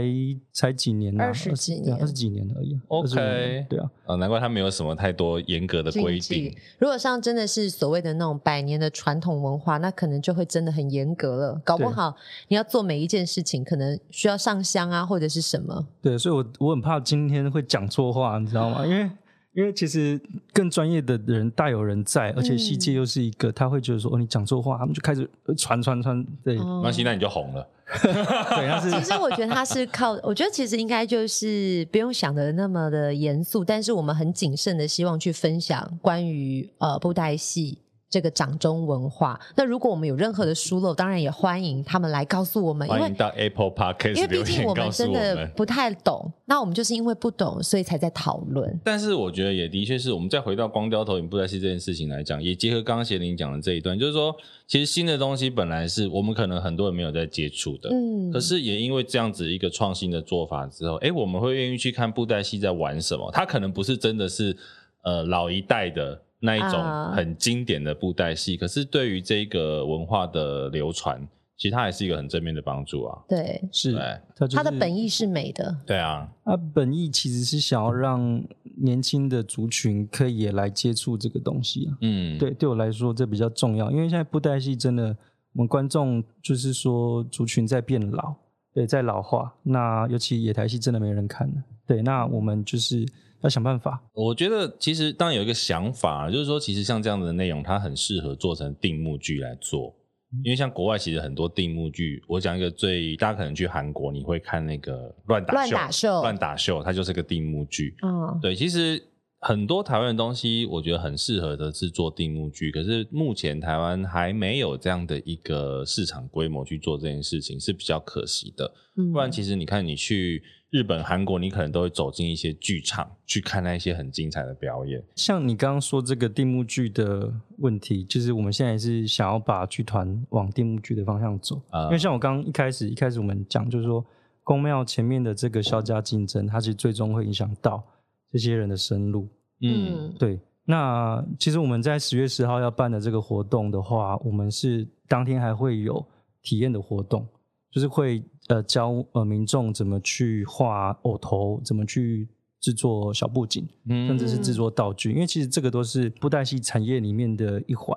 [SPEAKER 1] 才几年啊，
[SPEAKER 2] 20几
[SPEAKER 1] 对啊
[SPEAKER 2] 年
[SPEAKER 1] 二十几年而已啊。
[SPEAKER 3] OK
[SPEAKER 1] 25年对啊，
[SPEAKER 3] 啊，难怪他没有什么太多严格的规
[SPEAKER 2] 禁
[SPEAKER 3] 定
[SPEAKER 2] 忌。。如果像真的是所谓的那种百年的传统文化，那可能就会真的很严格了。搞不
[SPEAKER 1] 对
[SPEAKER 2] 好你要做每一件事情，可能需要上香啊，或者是什么。
[SPEAKER 1] 对，所以我我很怕今天会讲错话，你知道吗？因为因为其实更专业的人大有人在，而且戏
[SPEAKER 2] 嗯
[SPEAKER 1] 界又是一个，他会觉得说哦，你讲错话，他们就开始呃传传传，对、
[SPEAKER 2] 哦
[SPEAKER 3] 那现在你就红了，
[SPEAKER 1] 对， 他
[SPEAKER 2] 其
[SPEAKER 1] 是
[SPEAKER 2] 实我觉得他是靠，我觉得其实应该就是不用想的那么的严肃，但是我们很谨慎的希望去分享关于呃布袋戏这个掌中文化。那如果我们有任何的疏漏，当然也欢迎他们来告诉我们，因
[SPEAKER 3] 欢
[SPEAKER 2] 为
[SPEAKER 3] 迎到 Apple
[SPEAKER 2] 因为
[SPEAKER 3] Podcast
[SPEAKER 2] 毕
[SPEAKER 3] 留
[SPEAKER 2] 竟
[SPEAKER 3] 言
[SPEAKER 2] 我
[SPEAKER 3] 告
[SPEAKER 2] 们
[SPEAKER 3] 诉
[SPEAKER 2] 真
[SPEAKER 3] 我
[SPEAKER 2] 的
[SPEAKER 3] 们。
[SPEAKER 2] 不太懂，那我们就是因为不懂，所以才在讨论。
[SPEAKER 3] 但是我觉得也的确是，我们再回到光雕投影布袋戏这件事情来讲，也结合刚刚协林讲的这一段，就是说，其实新的东西本来是我们可能很多人没有在接触的，
[SPEAKER 2] 嗯，
[SPEAKER 3] 可是也因为这样子一个创新的做法之后，哎、我们会愿意去看布袋戏在玩什么。它可能不是真的是呃老一代的那一
[SPEAKER 2] 啊
[SPEAKER 3] 种很经典的布袋戏，可是对于这个文化的流传，其实它也是一个很正面的帮助啊。
[SPEAKER 2] 对，
[SPEAKER 1] 是
[SPEAKER 3] 对，
[SPEAKER 1] 他、就是、
[SPEAKER 2] 他的本意是美的，
[SPEAKER 3] 对啊，
[SPEAKER 1] 他本意其实是想要让年轻的族群可以也来接触这个东西啊。
[SPEAKER 3] 嗯，
[SPEAKER 1] 对，对我来说这比较重要，因为现在布袋戏真的，我们观众就是说族群在变老，对，在老化。那尤其野台戏真的没人看了，对，那我们就是要想办法。
[SPEAKER 3] 我觉得其实当然有一个想法，啊就是说，其实像这样的内容，它很适合做成定目剧来做，
[SPEAKER 2] 嗯
[SPEAKER 3] 因为像国外其实很多定目剧，我讲一个最大家可能去韩国你会看那个乱打
[SPEAKER 2] 乱
[SPEAKER 3] 秀，
[SPEAKER 2] 打秀
[SPEAKER 3] 乱打秀，它就是个定目剧。
[SPEAKER 1] 啊
[SPEAKER 2] 嗯，
[SPEAKER 3] 对，其实很多台湾的东西，我觉得很适合的是做定目剧，可是目前台湾还没有这样的一个市场规模去做这件事情，是比较可惜的。
[SPEAKER 2] 嗯
[SPEAKER 3] 不然其实你看，你去日本、韩国，你可能都会走进一些剧场去看那一些很精彩的表演。
[SPEAKER 1] 像你刚刚说这个定目剧的问题，就是我们现在是想要把剧团往定目剧的方向走，
[SPEAKER 3] 啊
[SPEAKER 1] 因为像我刚刚一开始一开始我们讲，就是说公庙前面的这个销价竞争，它其实最终会影响到这些人的生路。
[SPEAKER 3] 嗯，
[SPEAKER 2] 嗯，
[SPEAKER 1] 对，那其实我们在十月十号要办的这个活动的话，我们是当天还会有体验的活动，就是会呃教呃民众怎么去画偶头，怎么去制作小布景，
[SPEAKER 3] 嗯
[SPEAKER 1] 甚至是制作道具，因为其实这个都是布袋戏产业里面的一环。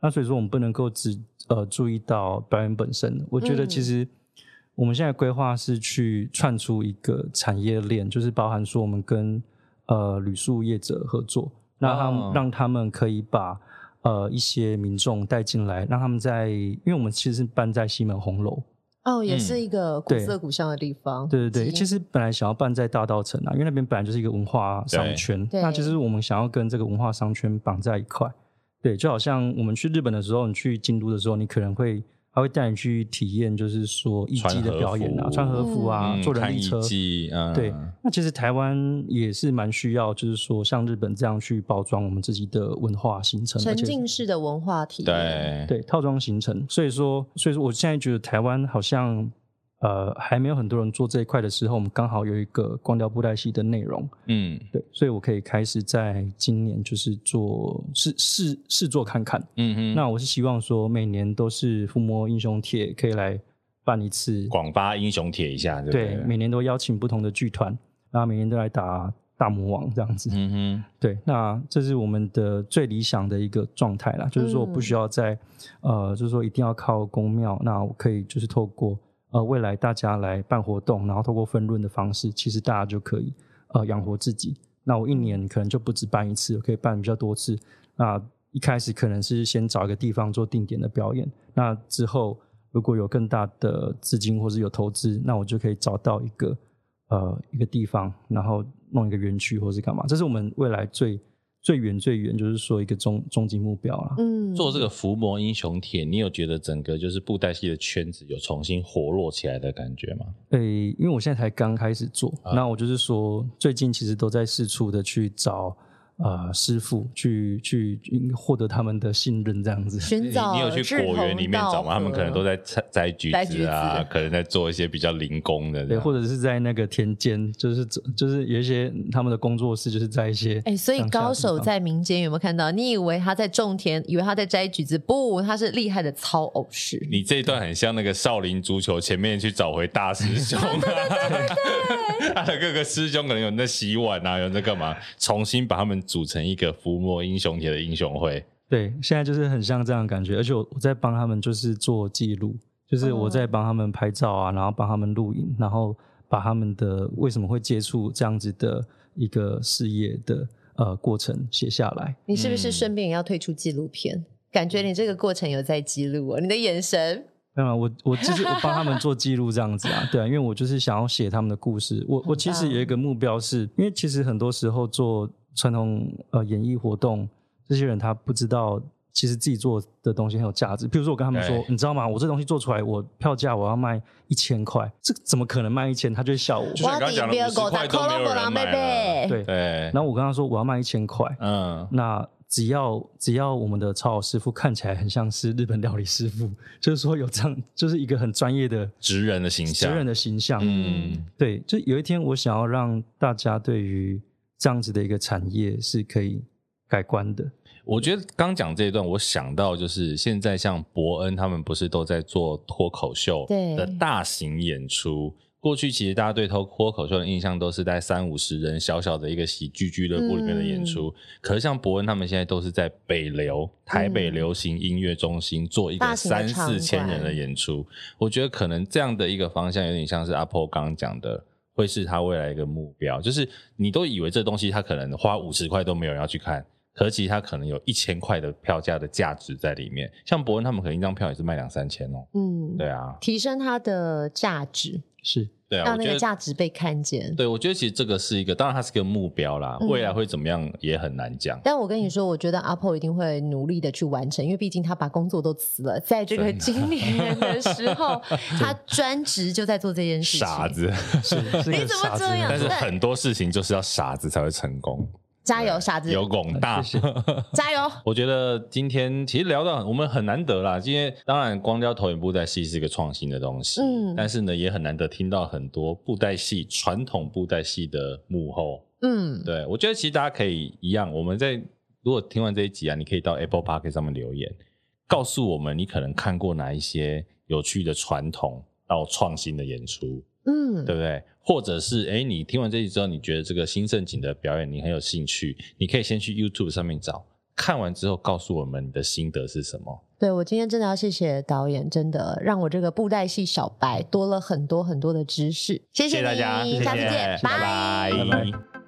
[SPEAKER 1] 那所以说，我们不能够只呃注意到表演本身。我觉得
[SPEAKER 2] 嗯
[SPEAKER 1] 其实我们现在规划是去串出一个产业链，就是包含说我们跟呃旅宿业者合作，让他们、
[SPEAKER 3] 哦
[SPEAKER 1] 让他们可以把呃一些民众带进来，让他们在，因为我们其实是办在西门红楼，
[SPEAKER 2] 哦，也
[SPEAKER 3] 嗯
[SPEAKER 2] 是一个古
[SPEAKER 1] 对
[SPEAKER 2] 色古香的地方。
[SPEAKER 1] 对对对，其
[SPEAKER 2] 实
[SPEAKER 1] 实本来想要办在大道城啊，因为那边本来就是一个文化商圈，
[SPEAKER 2] 对
[SPEAKER 1] 那其实我们想要跟这个文化商圈绑在一块。对，就好像我们去日本的时候，你去京都的时候，你可能会他会带你去体验，就是说艺伎的表演啊，
[SPEAKER 3] 穿
[SPEAKER 1] 穿和
[SPEAKER 3] 和
[SPEAKER 2] 服
[SPEAKER 1] 服啊，
[SPEAKER 3] 嗯
[SPEAKER 1] 坐人
[SPEAKER 3] 看
[SPEAKER 1] 力
[SPEAKER 3] 艺
[SPEAKER 1] 车。
[SPEAKER 3] 伎，嗯，
[SPEAKER 1] 对，那其实台湾也是蛮需要，就是说像日本这样去包装我们自己的文化行程，而
[SPEAKER 2] 沉
[SPEAKER 1] 且是
[SPEAKER 2] 浸式的文化体验，
[SPEAKER 3] 对，
[SPEAKER 1] 对套装行程。所以说，所以说我现在觉得台湾好像呃还没有很多人做这一块的时候，我们刚好有一个光雕布袋戏的内容，
[SPEAKER 3] 嗯
[SPEAKER 1] 对，所以我可以开始在今年就是做试试试做看看。
[SPEAKER 3] 嗯嗯，
[SPEAKER 1] 那我是希望说每年都是附魔英雄帖可以来办一次，
[SPEAKER 3] 广发英雄帖一下，对不
[SPEAKER 1] 对，
[SPEAKER 3] 对？
[SPEAKER 1] 每年都邀请不同的剧团，然后每年都来打大魔王这样子。
[SPEAKER 3] 嗯
[SPEAKER 1] 对，那这是我们的最理想的一个状态啦，就是说我不需要在、呃，就是说一定要靠公庙，那我可以就是透过呃未来大家来办活动，然后透过分润的方式，其实大家就可以呃养活自己。那我一年可能就不止办一次，我可以办比较多次。那一开始可能是先找一个地方做定点的表演，那之后如果有更大的资金或是有投资，那我就可以找到一个呃一个地方，然后弄一个园区或是干嘛，这是我们未来最最远最远，就是说一个终终极目标啦。
[SPEAKER 2] 嗯，
[SPEAKER 3] 做这个伏魔英雄帖，你有觉得整个就是布袋戏的圈子有重新活络起来的感觉吗？
[SPEAKER 1] 诶、因为我现在才刚开始做，
[SPEAKER 3] 啊
[SPEAKER 1] 那我就是说，最近其实都在四处的去找呃师傅，去去去获得他们的信任，这样子。
[SPEAKER 2] 寻
[SPEAKER 3] 你
[SPEAKER 2] 找
[SPEAKER 3] 你有去
[SPEAKER 2] 志
[SPEAKER 3] 果园
[SPEAKER 2] 同
[SPEAKER 3] 里面
[SPEAKER 2] 道
[SPEAKER 3] 找吗？他们
[SPEAKER 2] 合
[SPEAKER 3] 可能都在摘摘橘
[SPEAKER 2] 摘橘
[SPEAKER 3] 子啊，
[SPEAKER 2] 子
[SPEAKER 3] 可能在做一些比较零工的这
[SPEAKER 1] 对，
[SPEAKER 3] 样，
[SPEAKER 1] 或者是在那个田间，就是就是有一些他们的工作室，就是在一些
[SPEAKER 2] 哎、所以
[SPEAKER 1] 乡下的
[SPEAKER 2] 高
[SPEAKER 1] 地
[SPEAKER 2] 手
[SPEAKER 1] 方
[SPEAKER 2] 在民间有没有看到？你以为他在种田，以为他在摘橘子，不，他是厉害的操偶师。
[SPEAKER 3] 你这一段很像那个少林足球前面去找回大师兄、啊， 他的各个师兄可能有人在洗碗啊，有人在干嘛，重新把他们组成一个伏魔英雄帖的英雄会。
[SPEAKER 1] 对，现在就是很像这样的感觉，而且我我在帮他们就是做记录，就是
[SPEAKER 2] 哦
[SPEAKER 1] 我在帮他们拍照啊，然后帮他们录影，然后把他们的为什么会接触这样子的一个事业的呃过程写下来。
[SPEAKER 2] 你是不是
[SPEAKER 3] 嗯
[SPEAKER 2] 顺便也要推出纪录片？感觉你这个过程有在记录哦，你的眼神，
[SPEAKER 1] 当然，我我就是我帮他们做记录这样子啊，对啊，因为我就是想要写他们的故事。我我其实有一个目标是，因为其实很多时候做传统呃演艺活动，这些人他不知道其实自己做的东西很有价值。比如说我跟他们说
[SPEAKER 3] 对，
[SPEAKER 1] 你知道吗？我这东西做出来，我票价我要卖一千块，这个怎么可能卖一千？他就会笑我。
[SPEAKER 3] 就像
[SPEAKER 2] 我
[SPEAKER 3] 你刚刚讲的
[SPEAKER 2] 要
[SPEAKER 3] 50块都没有人买了
[SPEAKER 1] 对，
[SPEAKER 3] 对，
[SPEAKER 1] 然后我跟他说我要卖一千块，
[SPEAKER 3] 嗯，
[SPEAKER 1] 那只要只要我们的超好师傅看起来很像是日本料理师傅，就是说有这样，就是一个很专业的
[SPEAKER 3] 职人的形
[SPEAKER 1] 责
[SPEAKER 3] 象，
[SPEAKER 1] 任的形象。
[SPEAKER 3] 嗯
[SPEAKER 1] 对，就有一天我想要让大家对于这样子的一个产业是可以改观的。
[SPEAKER 3] 我觉得刚讲这一段，我想到就是现在像伯恩他们不是都在做脱口秀
[SPEAKER 2] 对
[SPEAKER 3] 的大型演出。过去其实大家对脱脱口秀的印象都是在三五十人小小的一个喜剧俱乐部里面的演出，可是像伯恩他们现在都是在北流台北流行音乐中心做一
[SPEAKER 2] 大
[SPEAKER 3] 个
[SPEAKER 2] 型的
[SPEAKER 3] 三
[SPEAKER 2] 场
[SPEAKER 3] 四千人的
[SPEAKER 2] 馆
[SPEAKER 3] 演出，我觉得可能这样的一个方向有点像是阿 p 刚刚讲的，会是他未来一个目标。就是你都以为这东西他可能花五十块都没有人要去看，可是其实他可能有一千块的票价的价值在里面。像伯恩他们可能一张票也是卖两三千哦。
[SPEAKER 2] 嗯，
[SPEAKER 3] 对啊，
[SPEAKER 2] 提升它的价值。
[SPEAKER 1] 是
[SPEAKER 3] 对啊，
[SPEAKER 2] 让
[SPEAKER 3] 我
[SPEAKER 2] 那
[SPEAKER 3] 觉
[SPEAKER 2] 个
[SPEAKER 3] 得
[SPEAKER 2] 价值被看见。
[SPEAKER 3] 对，我觉得其实这个是一个，当然它是个目标啦，
[SPEAKER 2] 嗯
[SPEAKER 3] 未来会怎么样也很难讲。
[SPEAKER 2] 但我跟你说，我觉得 Apple 一定会努力的去完成，因为毕竟他把工作都辞了，在这个今年的 时候，他专职就在做这件事情。
[SPEAKER 3] 傻子，
[SPEAKER 1] 是是
[SPEAKER 2] 你
[SPEAKER 1] 一个
[SPEAKER 2] 怎么
[SPEAKER 1] 傻子
[SPEAKER 2] 这样
[SPEAKER 3] 但
[SPEAKER 1] 男
[SPEAKER 3] 是
[SPEAKER 1] 人
[SPEAKER 2] 对
[SPEAKER 3] 很多事情就是要傻子才会成功。
[SPEAKER 2] 加油，傻子，
[SPEAKER 3] 有拱大，
[SPEAKER 1] 谢
[SPEAKER 2] 加油！
[SPEAKER 3] 我觉得今天其实聊到我们很难得啦，因为当然光雕投影布袋戏是一个创新的东西，
[SPEAKER 2] 嗯
[SPEAKER 3] 但是呢也很难得听到很多布袋戏传统布袋戏的幕后。
[SPEAKER 2] 嗯，
[SPEAKER 3] 对我觉得其实大家可以一样，我们在如果听完这一集啊，你可以到 Apple Park 上面留言，告诉我们你可能看过哪一些有趣的传统到创新的演出。
[SPEAKER 2] 嗯，
[SPEAKER 3] 对不对？或者是哎，诶你听完这集之后，你觉得这个新盛景的表演你很有兴趣，你可以先去 YouTube 上面找，看完之后告诉我们你的心得是什么。
[SPEAKER 2] 对我今天真的要谢谢导演，真的让我这个布袋戏小白多了很多很多的知识。谢
[SPEAKER 3] 谢
[SPEAKER 2] 你，
[SPEAKER 3] 大家，谢谢
[SPEAKER 2] 下次见，
[SPEAKER 3] 拜
[SPEAKER 1] 拜拜
[SPEAKER 3] 拜。